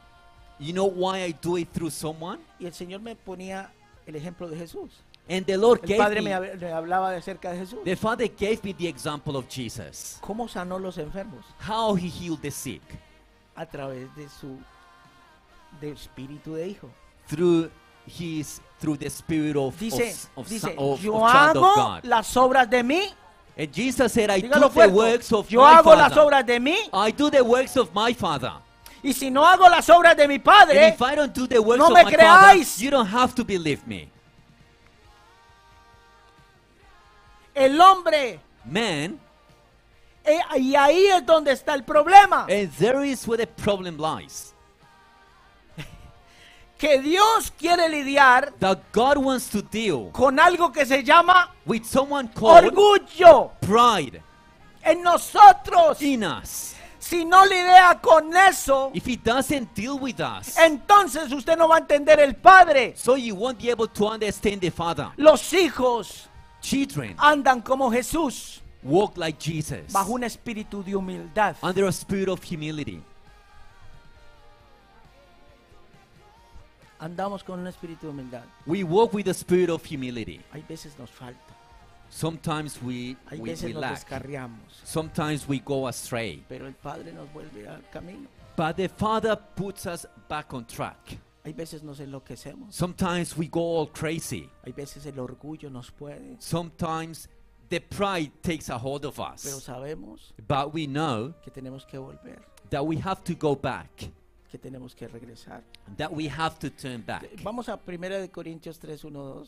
[SPEAKER 3] You know why I do it through someone?
[SPEAKER 2] y el Señor me ponía el ejemplo de Jesús.
[SPEAKER 3] And the Lord
[SPEAKER 2] El
[SPEAKER 3] gave
[SPEAKER 2] padre
[SPEAKER 3] me,
[SPEAKER 2] me, hab- me hablaba de cerca de Jesús.
[SPEAKER 3] the Father gave me the example of Jesus,
[SPEAKER 2] ¿Cómo sanó los enfermos?
[SPEAKER 3] how he healed the sick
[SPEAKER 2] A través de su de espíritu de hijo.
[SPEAKER 3] through his through the spirit of
[SPEAKER 2] Dice,
[SPEAKER 3] of, of,
[SPEAKER 2] dice
[SPEAKER 3] son- of,
[SPEAKER 2] yo
[SPEAKER 3] of child of
[SPEAKER 2] hago
[SPEAKER 3] God.
[SPEAKER 2] las obras de mí.
[SPEAKER 3] And Jesus said, I do
[SPEAKER 2] Dígalo
[SPEAKER 3] the works
[SPEAKER 2] fuerte.
[SPEAKER 3] of
[SPEAKER 2] Yo
[SPEAKER 3] my
[SPEAKER 2] hago las
[SPEAKER 3] Father. Ah.
[SPEAKER 2] obras de mí.
[SPEAKER 3] I do the works of my Father.
[SPEAKER 2] Y si no hago las obras de mi
[SPEAKER 3] And
[SPEAKER 2] padre,
[SPEAKER 3] if I don't do the works
[SPEAKER 2] no
[SPEAKER 3] of
[SPEAKER 2] me
[SPEAKER 3] my Father,
[SPEAKER 2] creáis.
[SPEAKER 3] you don't have to believe me.
[SPEAKER 2] el hombre.
[SPEAKER 3] Man,
[SPEAKER 2] eh, y ahí es donde está el problema.
[SPEAKER 3] and there is where the problem lies.
[SPEAKER 2] Que Dios quiere lidiar
[SPEAKER 3] That God wants to deal
[SPEAKER 2] con algo que se llama
[SPEAKER 3] with someone called
[SPEAKER 2] orgullo
[SPEAKER 3] pride
[SPEAKER 2] en nosotros.
[SPEAKER 3] in us.
[SPEAKER 2] Si no lidia con eso,
[SPEAKER 3] If he doesn't deal with us,
[SPEAKER 2] entonces usted no va a entender el padre.
[SPEAKER 3] so you won't be able to understand the Father.
[SPEAKER 2] Los hijos
[SPEAKER 3] Children
[SPEAKER 2] andan como Jesús.
[SPEAKER 3] walk like Jesus
[SPEAKER 2] Ah. bajo un espíritu de humildad.
[SPEAKER 3] under a spirit of humility.
[SPEAKER 2] Andamos con un espíritu de humildad.
[SPEAKER 3] We walk with a spirit of humility.
[SPEAKER 2] Hay veces nos falta,
[SPEAKER 3] Sometimes we,
[SPEAKER 2] hay
[SPEAKER 3] we,
[SPEAKER 2] veces
[SPEAKER 3] we
[SPEAKER 2] nos
[SPEAKER 3] lack.
[SPEAKER 2] descarriamos,
[SPEAKER 3] Sometimes we go astray.
[SPEAKER 2] pero el Padre nos vuelve al camino.
[SPEAKER 3] But the Father puts us back on track.
[SPEAKER 2] Hay veces nos enloquecemos,
[SPEAKER 3] Sometimes we go all crazy.
[SPEAKER 2] hay veces el orgullo nos puede,
[SPEAKER 3] Sometimes the pride takes a hold of
[SPEAKER 2] pero
[SPEAKER 3] us.
[SPEAKER 2] sabemos
[SPEAKER 3] But we know
[SPEAKER 2] que tenemos que volver,
[SPEAKER 3] that we have to go back,
[SPEAKER 2] que tenemos que regresar.
[SPEAKER 3] that we have to turn back.
[SPEAKER 2] Eh, Vamos a 1 de Corintios 3, 1, 2.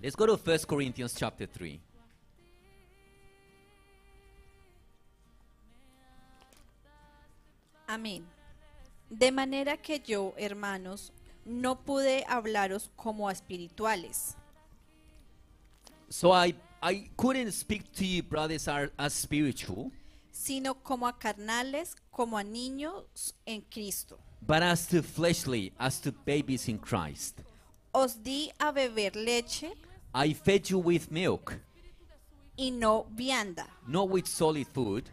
[SPEAKER 3] Let's go to 1 Corinthians chapter 3.
[SPEAKER 4] Amén. De manera que yo, hermanos, no pude hablaros como a espirituales,
[SPEAKER 3] So I, I couldn't speak to you, brothers, are as spiritual,
[SPEAKER 4] sino como a carnales, como a niños en Cristo.
[SPEAKER 3] but as to fleshly, as to babies in Christ.
[SPEAKER 4] Os di a beber leche
[SPEAKER 3] I fed you with milk,
[SPEAKER 4] y no vianda,
[SPEAKER 3] not with solid food,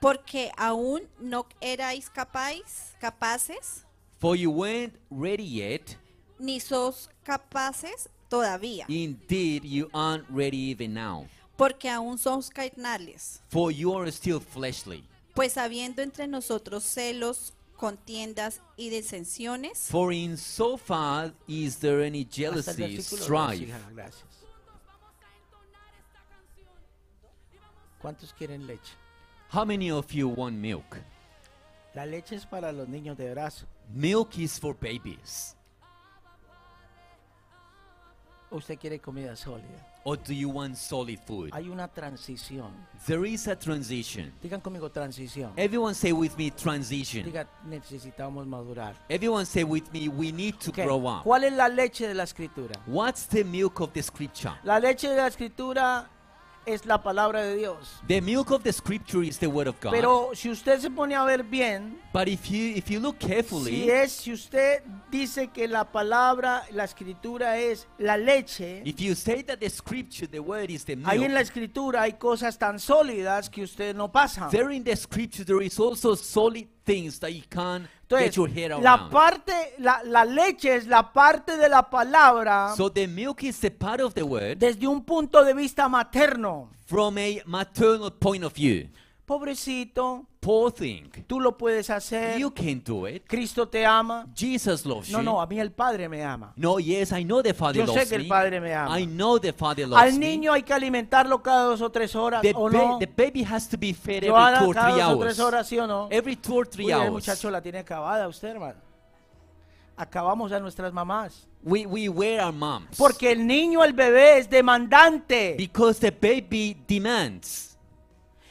[SPEAKER 4] porque aún no erais capaz, capaces,
[SPEAKER 3] for you weren't ready yet.
[SPEAKER 4] ni sos capaces todavía,
[SPEAKER 3] Indeed, you aren't ready even now,
[SPEAKER 4] porque aún sos carnales.
[SPEAKER 3] for you are still fleshly.
[SPEAKER 4] Pues habiendo entre nosotros celos, contiendas y disensiones,
[SPEAKER 3] For in so far is there any
[SPEAKER 2] Hasta el
[SPEAKER 3] jealousy,
[SPEAKER 2] versículo dos,
[SPEAKER 3] strife.
[SPEAKER 2] hija, gracias. ¿Cuántos quieren leche?
[SPEAKER 3] How many of you want milk?
[SPEAKER 2] La leche es para los niños de brazo.
[SPEAKER 3] Milk is for babies.
[SPEAKER 2] Usted quiere comida sólida.
[SPEAKER 3] Or do you want solid food?
[SPEAKER 2] Hay una transición.
[SPEAKER 3] There is a transition.
[SPEAKER 2] Digan conmigo transición.
[SPEAKER 3] Everyone say with me transition.
[SPEAKER 2] Diga, necesitamos madurar.
[SPEAKER 3] Everyone say with me we need to
[SPEAKER 2] Ok,
[SPEAKER 3] grow up.
[SPEAKER 2] ¿Cuál es la leche de la escritura?
[SPEAKER 3] What's the milk of the scripture?
[SPEAKER 2] La leche de la escritura es la palabra de Dios.
[SPEAKER 3] The milk of the scripture is the word of God.
[SPEAKER 2] Pero si usted se pone a ver bien,
[SPEAKER 3] but if you if you look carefully,
[SPEAKER 2] si es, si usted dice que la palabra, la escritura es la leche,
[SPEAKER 3] if you say that the scripture, the word is the milk,
[SPEAKER 2] ahí en la escritura hay cosas tan sólidas que usted no pasa.
[SPEAKER 3] there in the scripture there is also solid things that you can't get your head
[SPEAKER 2] Entonces, la
[SPEAKER 3] around.
[SPEAKER 2] parte, la, la leche es la parte de la palabra
[SPEAKER 3] so the milk is the part of the word
[SPEAKER 2] desde un punto de vista materno.
[SPEAKER 3] from a maternal point of view.
[SPEAKER 2] Pobrecito,
[SPEAKER 3] Poor thing.
[SPEAKER 2] tú lo puedes hacer.
[SPEAKER 3] You can do it.
[SPEAKER 2] Cristo te ama.
[SPEAKER 3] Jesus loves
[SPEAKER 2] Eh, No,
[SPEAKER 3] you.
[SPEAKER 2] no, a mí el Padre me ama.
[SPEAKER 3] No, yes, I know the Father
[SPEAKER 2] Yo sé
[SPEAKER 3] loves
[SPEAKER 2] que el
[SPEAKER 3] me.
[SPEAKER 2] Padre me ama.
[SPEAKER 3] I know the Father loves
[SPEAKER 2] Al niño hay que alimentarlo cada dos o tres horas,
[SPEAKER 3] me. The,
[SPEAKER 2] ¿o
[SPEAKER 3] ba-
[SPEAKER 2] no?
[SPEAKER 3] the baby has to be fed
[SPEAKER 2] Lo
[SPEAKER 3] every
[SPEAKER 2] haga
[SPEAKER 3] two or
[SPEAKER 2] cada
[SPEAKER 3] three
[SPEAKER 2] dos o
[SPEAKER 3] hours.
[SPEAKER 2] tres horas, ¿sí o no?
[SPEAKER 3] Every two or three
[SPEAKER 2] Uy, el
[SPEAKER 3] hours.
[SPEAKER 2] muchacho la tiene acabada usted, hermano. Acabamos a nuestras mamás.
[SPEAKER 3] We, we wear our moms.
[SPEAKER 2] Porque el niño, el bebé, es demandante.
[SPEAKER 3] Because the baby demands.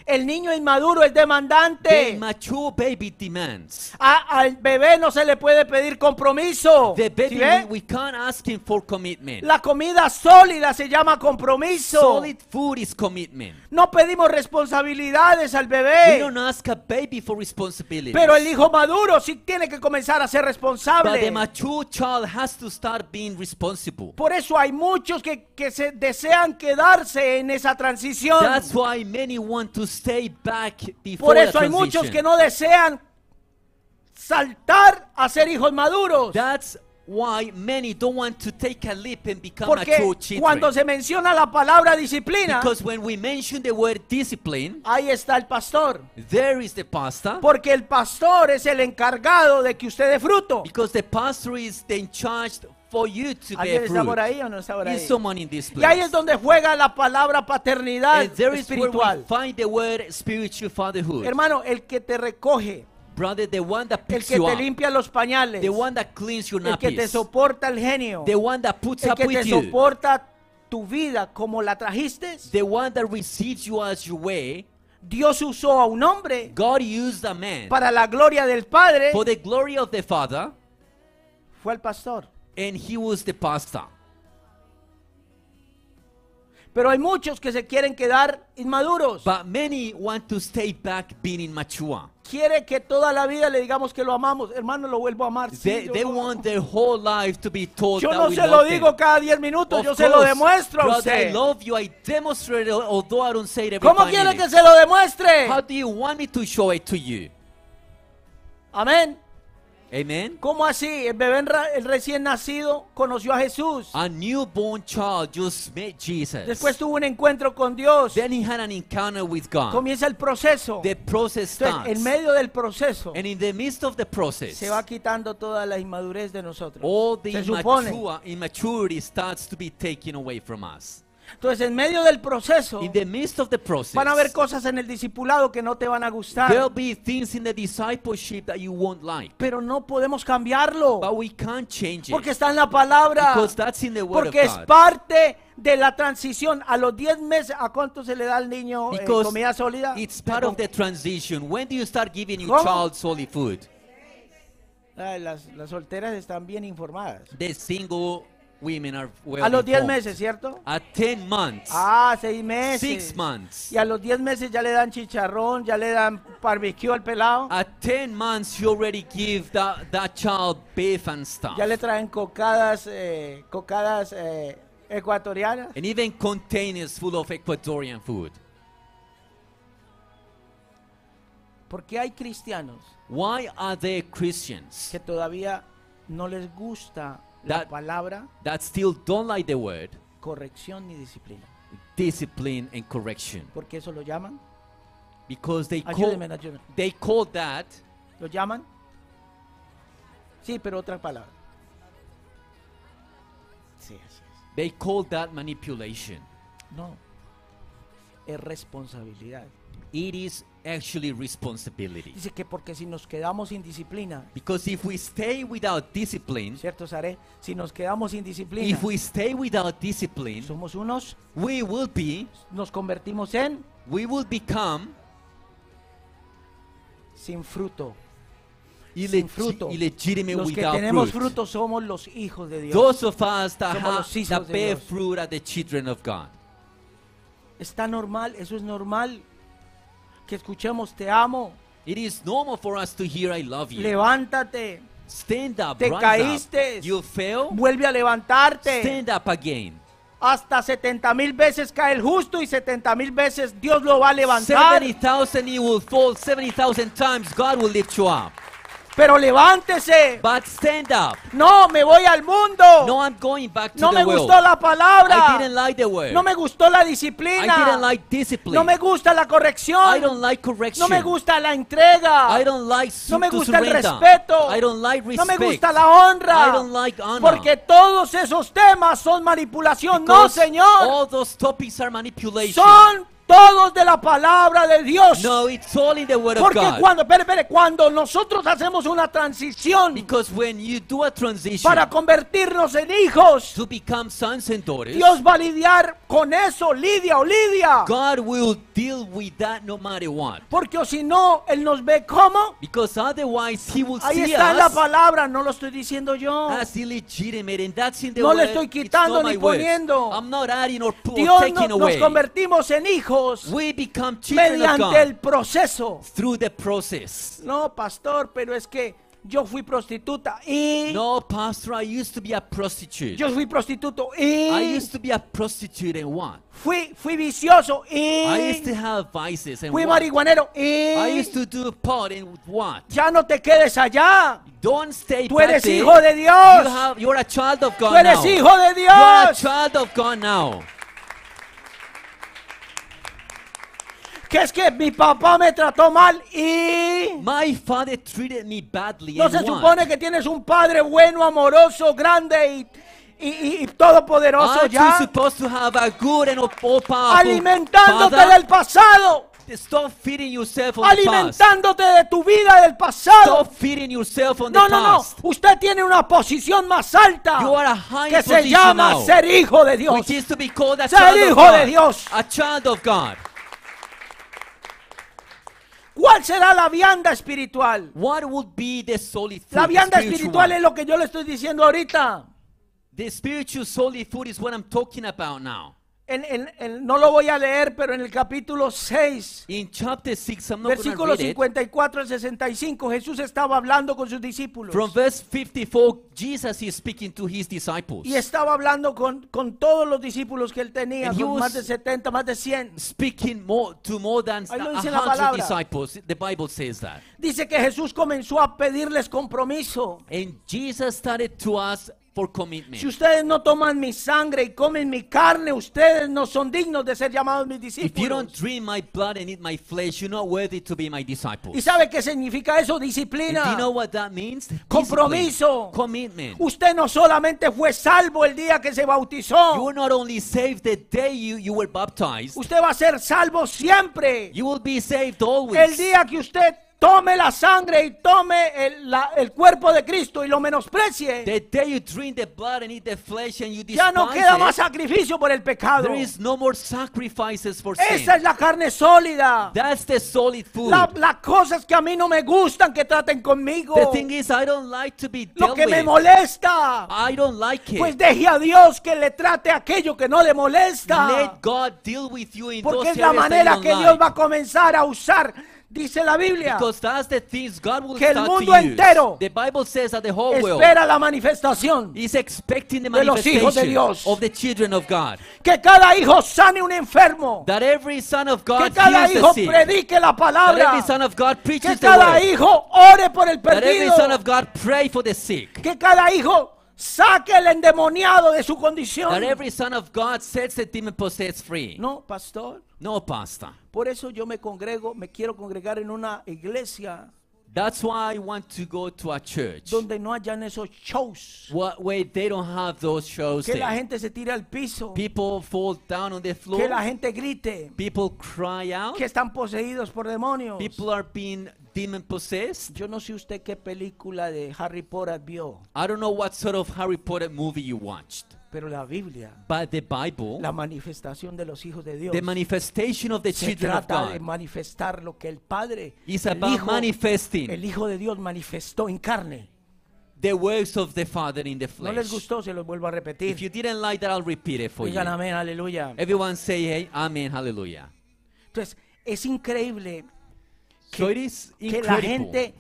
[SPEAKER 2] El niño inmaduro es
[SPEAKER 3] The
[SPEAKER 2] demandante.
[SPEAKER 3] mature baby demands.
[SPEAKER 2] A- al bebé no se le puede pedir compromiso.
[SPEAKER 3] The baby,
[SPEAKER 2] ¿Sí ve?
[SPEAKER 3] we, we can't ask him for commitment.
[SPEAKER 2] La comida sólida se llama compromiso.
[SPEAKER 3] Solid food is commitment.
[SPEAKER 2] No pedimos responsabilidades al
[SPEAKER 3] We
[SPEAKER 2] bebé.
[SPEAKER 3] don't ask a baby for responsibility.
[SPEAKER 2] Pero el hijo maduro sí tiene que comenzar a ser
[SPEAKER 3] But the
[SPEAKER 2] responsable.
[SPEAKER 3] mature child has to start being responsible.
[SPEAKER 2] Por eso hay muchos que, que se desean quedarse en esa transición.
[SPEAKER 3] That's why many want to stay back before
[SPEAKER 2] Por
[SPEAKER 3] the
[SPEAKER 2] eso hay muchos que
[SPEAKER 3] transition.
[SPEAKER 2] no desean saltar a ser hijos maduros.
[SPEAKER 3] That's why many don't want to take a leap and become mature
[SPEAKER 2] Porque
[SPEAKER 3] children.
[SPEAKER 2] cuando se menciona la palabra disciplina,
[SPEAKER 3] Because when we mention the word discipline,
[SPEAKER 2] ahí está el pastor.
[SPEAKER 3] there is the pastor.
[SPEAKER 2] Porque el pastor es el encargado de que usted dé fruto.
[SPEAKER 3] Because the pastor is then charged for you to
[SPEAKER 2] ¿Alguien
[SPEAKER 3] bear
[SPEAKER 2] está
[SPEAKER 3] fruit.
[SPEAKER 2] por ahí o no está por ahí?
[SPEAKER 3] Is someone in this
[SPEAKER 2] Y ahí
[SPEAKER 3] place?
[SPEAKER 2] es donde juega la palabra paternidad
[SPEAKER 3] And there is where we
[SPEAKER 2] espiritual.
[SPEAKER 3] find the word spiritual fatherhood.
[SPEAKER 2] Hermano, el que te recoge,
[SPEAKER 3] Brother, the one that
[SPEAKER 2] el
[SPEAKER 3] picks
[SPEAKER 2] que
[SPEAKER 3] you
[SPEAKER 2] te
[SPEAKER 3] up,
[SPEAKER 2] limpia los pañales,
[SPEAKER 3] the one that cleans your
[SPEAKER 2] el que te
[SPEAKER 3] nappies,
[SPEAKER 2] soporta el genio,
[SPEAKER 3] the one that puts
[SPEAKER 2] el
[SPEAKER 3] up
[SPEAKER 2] que te
[SPEAKER 3] with you,
[SPEAKER 2] soporta tu vida como la trajiste.
[SPEAKER 3] the one that receives you as your way.
[SPEAKER 2] Dios usó a un hombre
[SPEAKER 3] God used a man
[SPEAKER 2] para la gloria del Padre,
[SPEAKER 3] for the glory of the Father,
[SPEAKER 2] fue el pastor.
[SPEAKER 3] and he was the pastor.
[SPEAKER 2] Pero hay muchos que se quieren quedar inmaduros.
[SPEAKER 3] But many want to stay back being immature.
[SPEAKER 2] Quiere que toda la vida le digamos que lo amamos. Hermano, lo vuelvo a amar. Sí,
[SPEAKER 3] They,
[SPEAKER 2] yo
[SPEAKER 3] they
[SPEAKER 2] lo amo.
[SPEAKER 3] want their whole life to be told
[SPEAKER 2] Yo
[SPEAKER 3] that
[SPEAKER 2] no
[SPEAKER 3] we
[SPEAKER 2] se
[SPEAKER 3] love
[SPEAKER 2] lo
[SPEAKER 3] them.
[SPEAKER 2] digo cada 10 minutos,
[SPEAKER 3] Of
[SPEAKER 2] yo se lo
[SPEAKER 3] course,
[SPEAKER 2] demuestro a
[SPEAKER 3] brother, I
[SPEAKER 2] usted.
[SPEAKER 3] love you. I demonstrate it, although I don't say it every
[SPEAKER 2] ¿Cómo
[SPEAKER 3] five
[SPEAKER 2] quiere que
[SPEAKER 3] minutes.
[SPEAKER 2] se lo demuestre?
[SPEAKER 3] How do you want me to show it to you?
[SPEAKER 2] Amén.
[SPEAKER 3] Amen.
[SPEAKER 2] ¿Cómo así? El bebé en ra- el recién nacido conoció a Jesús.
[SPEAKER 3] A newborn child just met Jesus.
[SPEAKER 2] Después tuvo un encuentro con Dios.
[SPEAKER 3] then he had an encounter with God.
[SPEAKER 2] Comienza el proceso.
[SPEAKER 3] the process starts.
[SPEAKER 2] Entonces, en medio del proceso
[SPEAKER 3] and in the midst of the process,
[SPEAKER 2] se va quitando toda la inmadurez de nosotros.
[SPEAKER 3] all the
[SPEAKER 2] Se supone.
[SPEAKER 3] immature, immaturity starts to be taken away from us.
[SPEAKER 2] Entonces, en medio del proceso
[SPEAKER 3] In the midst of the process,
[SPEAKER 2] Oh. van a haber cosas en el discipulado que no te van a
[SPEAKER 3] there'll
[SPEAKER 2] gustar,
[SPEAKER 3] be things in the discipleship that you won't like.
[SPEAKER 2] pero no podemos cambiarlo
[SPEAKER 3] But we can't change it.
[SPEAKER 2] porque está en la palabra.
[SPEAKER 3] because that's in the word
[SPEAKER 2] Porque es
[SPEAKER 3] of God.
[SPEAKER 2] parte de la transición. A los 10 meses, ¿a cuánto se le da al niño eh,
[SPEAKER 3] Because
[SPEAKER 2] comida sólida?
[SPEAKER 3] it's part of the transition. When do you start giving your
[SPEAKER 2] ¿Cómo?
[SPEAKER 3] child solid food?
[SPEAKER 2] Ay, Ah, las, las solteras están bien informadas.
[SPEAKER 3] The single women are well
[SPEAKER 2] A los 10
[SPEAKER 3] informed.
[SPEAKER 2] meses, ¿cierto?
[SPEAKER 3] At 10 months.
[SPEAKER 2] Ah, 6 meses.
[SPEAKER 3] Six months.
[SPEAKER 2] Y a los 10 meses ya le dan chicharrón, ya le dan barbecue al pelado,
[SPEAKER 3] At 10 months, you already give that, that child beef and stuff.
[SPEAKER 2] ya le traen cocadas, eh, cocadas eh, ecuatorianas.
[SPEAKER 3] and even containers full of Ecuadorian food.
[SPEAKER 2] Porque hay cristianos
[SPEAKER 3] Why are there Christians
[SPEAKER 2] que todavía no les gusta la
[SPEAKER 3] That-
[SPEAKER 2] palabra
[SPEAKER 3] that still don't like the word
[SPEAKER 2] corrección ni disciplina.
[SPEAKER 3] discipline and correction?
[SPEAKER 2] Porque eso lo llaman,
[SPEAKER 3] Because they call,
[SPEAKER 2] ayúdenme, ayúdenme.
[SPEAKER 3] they call that
[SPEAKER 2] ¿Lo llaman? Sí, pero otra palabra. Sí, así es.
[SPEAKER 3] they call that manipulation.
[SPEAKER 2] No. Es responsabilidad.
[SPEAKER 3] It is actually responsibility.
[SPEAKER 2] Dice que porque si nos quedamos sin disciplina,
[SPEAKER 3] Because if we stay without discipline,
[SPEAKER 2] ¿cierto, Saré? Si nos quedamos sin disciplina,
[SPEAKER 3] if we stay without discipline,
[SPEAKER 2] somos unos,
[SPEAKER 3] we will be,
[SPEAKER 2] nos convertimos en
[SPEAKER 3] we will become
[SPEAKER 2] sin fruto. Sin
[SPEAKER 3] illegi-
[SPEAKER 2] fruto.
[SPEAKER 3] illegitimate
[SPEAKER 2] Los que
[SPEAKER 3] without
[SPEAKER 2] tenemos
[SPEAKER 3] fruit.
[SPEAKER 2] fruto somos los hijos de Dios.
[SPEAKER 3] Those of us that,
[SPEAKER 2] Somos
[SPEAKER 3] have,
[SPEAKER 2] los hijos
[SPEAKER 3] that
[SPEAKER 2] de
[SPEAKER 3] bear
[SPEAKER 2] Dios.
[SPEAKER 3] fruit are the children of God.
[SPEAKER 2] Está normal, eso es normal. Que escuchemos, te amo,
[SPEAKER 3] It is normal for us to hear, I love you.
[SPEAKER 2] levántate,
[SPEAKER 3] Stand up,
[SPEAKER 2] Te
[SPEAKER 3] rise
[SPEAKER 2] caíste.
[SPEAKER 3] up. You fail,
[SPEAKER 2] vuelve a levantarte.
[SPEAKER 3] stand up again.
[SPEAKER 2] Hasta 70 mil veces cae el justo y 70 mil veces Dios lo va a levantar.
[SPEAKER 3] 70,000 you will fall, 70,000 times God will lift you up.
[SPEAKER 2] Pero levántese.
[SPEAKER 3] But stand up.
[SPEAKER 2] No, me voy al
[SPEAKER 3] No,
[SPEAKER 2] mundo.
[SPEAKER 3] I'm going back to
[SPEAKER 2] No
[SPEAKER 3] the
[SPEAKER 2] me
[SPEAKER 3] world.
[SPEAKER 2] gustó la
[SPEAKER 3] I
[SPEAKER 2] palabra.
[SPEAKER 3] didn't like the word.
[SPEAKER 2] No me gustó la
[SPEAKER 3] I didn't
[SPEAKER 2] disciplina.
[SPEAKER 3] like discipline.
[SPEAKER 2] No me gusta la
[SPEAKER 3] I don't
[SPEAKER 2] corrección.
[SPEAKER 3] like correction.
[SPEAKER 2] No me gusta la entrega.
[SPEAKER 3] I don't like su-
[SPEAKER 2] No me
[SPEAKER 3] to
[SPEAKER 2] gusta el
[SPEAKER 3] surrender.
[SPEAKER 2] respeto.
[SPEAKER 3] I don't like
[SPEAKER 2] No
[SPEAKER 3] respect.
[SPEAKER 2] me gusta la honra.
[SPEAKER 3] I don't like honor.
[SPEAKER 2] Porque todos esos temas son manipulación. No,
[SPEAKER 3] Because
[SPEAKER 2] Señor.
[SPEAKER 3] All those topics are manipulation.
[SPEAKER 2] Son todos de la palabra de Dios.
[SPEAKER 3] No, it's all in the word of
[SPEAKER 2] Porque
[SPEAKER 3] God.
[SPEAKER 2] cuando, espere, espere, cuando nosotros hacemos una transición
[SPEAKER 3] Because when you do a transition
[SPEAKER 2] para convertirnos en hijos,
[SPEAKER 3] to become sons and daughters,
[SPEAKER 2] Dios va a lidiar con eso, Lidia o Lidia.
[SPEAKER 3] God will deal with that no matter what.
[SPEAKER 2] Porque o si no, Él nos ve como.
[SPEAKER 3] Because otherwise he will
[SPEAKER 2] Ahí
[SPEAKER 3] see
[SPEAKER 2] está en la
[SPEAKER 3] us
[SPEAKER 2] palabra, no lo estoy diciendo yo.
[SPEAKER 3] as illegitimate and that's in the
[SPEAKER 2] Oh. No le
[SPEAKER 3] word.
[SPEAKER 2] estoy
[SPEAKER 3] It's
[SPEAKER 2] quitando
[SPEAKER 3] not
[SPEAKER 2] ni
[SPEAKER 3] my words.
[SPEAKER 2] poniendo.
[SPEAKER 3] I'm not adding or, pu- or
[SPEAKER 2] Dios no-
[SPEAKER 3] taking
[SPEAKER 2] nos
[SPEAKER 3] away.
[SPEAKER 2] convertimos en hijos
[SPEAKER 3] We become children of God
[SPEAKER 2] mediante el proceso.
[SPEAKER 3] through the process.
[SPEAKER 2] No, pastor, pero es que yo fui prostituta y
[SPEAKER 3] No, pastor, I used to be a prostitute.
[SPEAKER 2] yo fui prostituto
[SPEAKER 3] I
[SPEAKER 2] y
[SPEAKER 3] used to be a prostitute and what?
[SPEAKER 2] fui fui vicioso
[SPEAKER 3] I used to
[SPEAKER 2] y
[SPEAKER 3] have vices and
[SPEAKER 2] fui
[SPEAKER 3] what?
[SPEAKER 2] marihuanero
[SPEAKER 3] I used
[SPEAKER 2] y
[SPEAKER 3] to do pot and what?
[SPEAKER 2] ya no te quedes allá.
[SPEAKER 3] Don't stay
[SPEAKER 2] Tú
[SPEAKER 3] back
[SPEAKER 2] eres
[SPEAKER 3] there.
[SPEAKER 2] hijo de Dios.
[SPEAKER 3] You have, you're a child of God
[SPEAKER 2] Tú eres
[SPEAKER 3] now.
[SPEAKER 2] hijo de
[SPEAKER 3] You're a
[SPEAKER 2] Dios.
[SPEAKER 3] child of God now.
[SPEAKER 2] Que es que mi papá me trató mal y
[SPEAKER 3] My father treated me badly.
[SPEAKER 2] no
[SPEAKER 3] and
[SPEAKER 2] se
[SPEAKER 3] what?
[SPEAKER 2] supone que tienes un padre bueno, amoroso, grande y, y, y- y todopoderoso
[SPEAKER 3] Aren't
[SPEAKER 2] ya.
[SPEAKER 3] you supposed to have a good and all powerful
[SPEAKER 2] Alimentándote
[SPEAKER 3] father?
[SPEAKER 2] del pasado.
[SPEAKER 3] Stop feeding yourself on the past.
[SPEAKER 2] Alimentándote de tu vida del pasado.
[SPEAKER 3] Stop feeding yourself on
[SPEAKER 2] No,
[SPEAKER 3] the
[SPEAKER 2] no, no.
[SPEAKER 3] past.
[SPEAKER 2] Usted tiene una posición más alta
[SPEAKER 3] You are a high
[SPEAKER 2] que se
[SPEAKER 3] position
[SPEAKER 2] llama
[SPEAKER 3] now,
[SPEAKER 2] ser hijo de Dios.
[SPEAKER 3] which is to be called a
[SPEAKER 2] Ser
[SPEAKER 3] child
[SPEAKER 2] hijo
[SPEAKER 3] of
[SPEAKER 2] de
[SPEAKER 3] God.
[SPEAKER 2] Dios.
[SPEAKER 3] A child of God.
[SPEAKER 2] ¿Cuál será la vianda espiritual?
[SPEAKER 3] What would be the solid food?
[SPEAKER 2] La
[SPEAKER 3] the
[SPEAKER 2] vianda
[SPEAKER 3] spiritual
[SPEAKER 2] espiritual
[SPEAKER 3] one?
[SPEAKER 2] es lo que yo le estoy diciendo ahorita.
[SPEAKER 3] The spiritual solid food is what I'm talking about now.
[SPEAKER 2] en- en- en- no lo voy a leer, pero en el capítulo 6,
[SPEAKER 3] In chapter 6, I'm not going to
[SPEAKER 2] versículo
[SPEAKER 3] read it.
[SPEAKER 2] 54 al 65, Jesús estaba hablando con sus discípulos.
[SPEAKER 3] From verse 54, Jesus is speaking to his disciples.
[SPEAKER 2] Y estaba hablando con, con todos los discípulos que él tenía,
[SPEAKER 3] And he
[SPEAKER 2] con más
[SPEAKER 3] was-
[SPEAKER 2] de 70, más de 100.
[SPEAKER 3] Speaking more to more than
[SPEAKER 2] Ahí lo dice la
[SPEAKER 3] 100
[SPEAKER 2] palabra.
[SPEAKER 3] disciples. The Bible says that.
[SPEAKER 2] Dice que Jesús comenzó a pedirles compromiso.
[SPEAKER 3] And Jesus started to ask for commitment.
[SPEAKER 2] Si ustedes no toman mi sangre y comen mi carne, ustedes no son dignos de ser llamados mis
[SPEAKER 3] If you don't
[SPEAKER 2] discípulos.
[SPEAKER 3] drink my blood and eat my flesh, you're not worthy to be my disciples.
[SPEAKER 2] ¿Y sabe qué significa eso?
[SPEAKER 3] And do you
[SPEAKER 2] Disciplina.
[SPEAKER 3] know what that means?
[SPEAKER 2] Compromiso.
[SPEAKER 3] Discipline. Commitment.
[SPEAKER 2] Usted no solamente fue salvo el día que se
[SPEAKER 3] You were
[SPEAKER 2] bautizó.
[SPEAKER 3] not only saved the day you, you were baptized,
[SPEAKER 2] Usted va a ser salvo siempre.
[SPEAKER 3] you will be saved always.
[SPEAKER 2] El día que usted tome la sangre y tome el, la- el cuerpo de Cristo y lo menosprecie,
[SPEAKER 3] The day you drink the blood and eat the flesh and you
[SPEAKER 2] ya
[SPEAKER 3] despise
[SPEAKER 2] no queda
[SPEAKER 3] it,
[SPEAKER 2] más sacrificio por el pecado.
[SPEAKER 3] there is no more sacrifices for sin.
[SPEAKER 2] Esa es la carne sólida.
[SPEAKER 3] That's the solid food.
[SPEAKER 2] La- las cosas que a mí no me gustan que traten conmigo.
[SPEAKER 3] The thing is, I don't like to be
[SPEAKER 2] Lo
[SPEAKER 3] dealt
[SPEAKER 2] que me
[SPEAKER 3] with.
[SPEAKER 2] molesta.
[SPEAKER 3] I don't like it.
[SPEAKER 2] Pues deje a Dios que le trate aquello que no le molesta.
[SPEAKER 3] Let God deal with you in those
[SPEAKER 2] Porque es la
[SPEAKER 3] areas that you
[SPEAKER 2] manera
[SPEAKER 3] don't
[SPEAKER 2] que
[SPEAKER 3] like.
[SPEAKER 2] Dios va a comenzar a usar. Dice la Biblia.
[SPEAKER 3] Because that's the things God will
[SPEAKER 2] Que el
[SPEAKER 3] start
[SPEAKER 2] mundo
[SPEAKER 3] to use.
[SPEAKER 2] entero
[SPEAKER 3] The Bible says that the whole world
[SPEAKER 2] Espera la manifestación.
[SPEAKER 3] is expecting the
[SPEAKER 2] de los
[SPEAKER 3] manifestation
[SPEAKER 2] hijos de Dios.
[SPEAKER 3] of the children of God.
[SPEAKER 2] Que cada hijo sane un enfermo.
[SPEAKER 3] That every son of
[SPEAKER 2] Que
[SPEAKER 3] God
[SPEAKER 2] cada
[SPEAKER 3] heals
[SPEAKER 2] hijo
[SPEAKER 3] the sick.
[SPEAKER 2] predique la
[SPEAKER 3] That
[SPEAKER 2] palabra.
[SPEAKER 3] every son of God
[SPEAKER 2] Que
[SPEAKER 3] preaches the
[SPEAKER 2] cada
[SPEAKER 3] word.
[SPEAKER 2] hijo ore por el
[SPEAKER 3] That every
[SPEAKER 2] perdido.
[SPEAKER 3] son of God pray for the sick.
[SPEAKER 2] Que cada hijo saque el endemoniado de su condición.
[SPEAKER 3] That every son of God sets the demon possessed free. No,
[SPEAKER 2] No, pastor.
[SPEAKER 3] pastor.
[SPEAKER 2] Por eso yo me congrego, me quiero congregar en una iglesia
[SPEAKER 3] That's why I want to go to a church
[SPEAKER 2] donde no hayan esos shows.
[SPEAKER 3] wha- where they don't have those shows.
[SPEAKER 2] Que la
[SPEAKER 3] there.
[SPEAKER 2] gente se tire al piso.
[SPEAKER 3] People fall down on
[SPEAKER 2] Que
[SPEAKER 3] the floor.
[SPEAKER 2] la gente grite.
[SPEAKER 3] People cry out.
[SPEAKER 2] Que están poseídos por demonios.
[SPEAKER 3] People are being demon possessed.
[SPEAKER 2] Yo no sé usted qué película de Harry Potter vio,
[SPEAKER 3] I don't know what sort of Harry Potter movie you watched,
[SPEAKER 2] pero la Biblia,
[SPEAKER 3] but the Bible,
[SPEAKER 2] la manifestación de los hijos de Dios,
[SPEAKER 3] the manifestation of the
[SPEAKER 2] se
[SPEAKER 3] children of
[SPEAKER 2] trata de
[SPEAKER 3] God,
[SPEAKER 2] manifestar lo que el Padre,
[SPEAKER 3] is
[SPEAKER 2] el
[SPEAKER 3] about
[SPEAKER 2] hijo,
[SPEAKER 3] manifesting.
[SPEAKER 2] el hijo de Dios manifestó en carne.
[SPEAKER 3] the works of the Father in the
[SPEAKER 2] No
[SPEAKER 3] flesh.
[SPEAKER 2] les gustó, se los vuelvo a
[SPEAKER 3] If you
[SPEAKER 2] repetir.
[SPEAKER 3] didn't like that, I'll repeat it for
[SPEAKER 2] Digan
[SPEAKER 3] you.
[SPEAKER 2] amén, aleluya.
[SPEAKER 3] Everyone say hey, Amen, Hallelujah.
[SPEAKER 2] Entonces, es increíble
[SPEAKER 3] So it is
[SPEAKER 2] que la
[SPEAKER 3] incredible
[SPEAKER 2] gente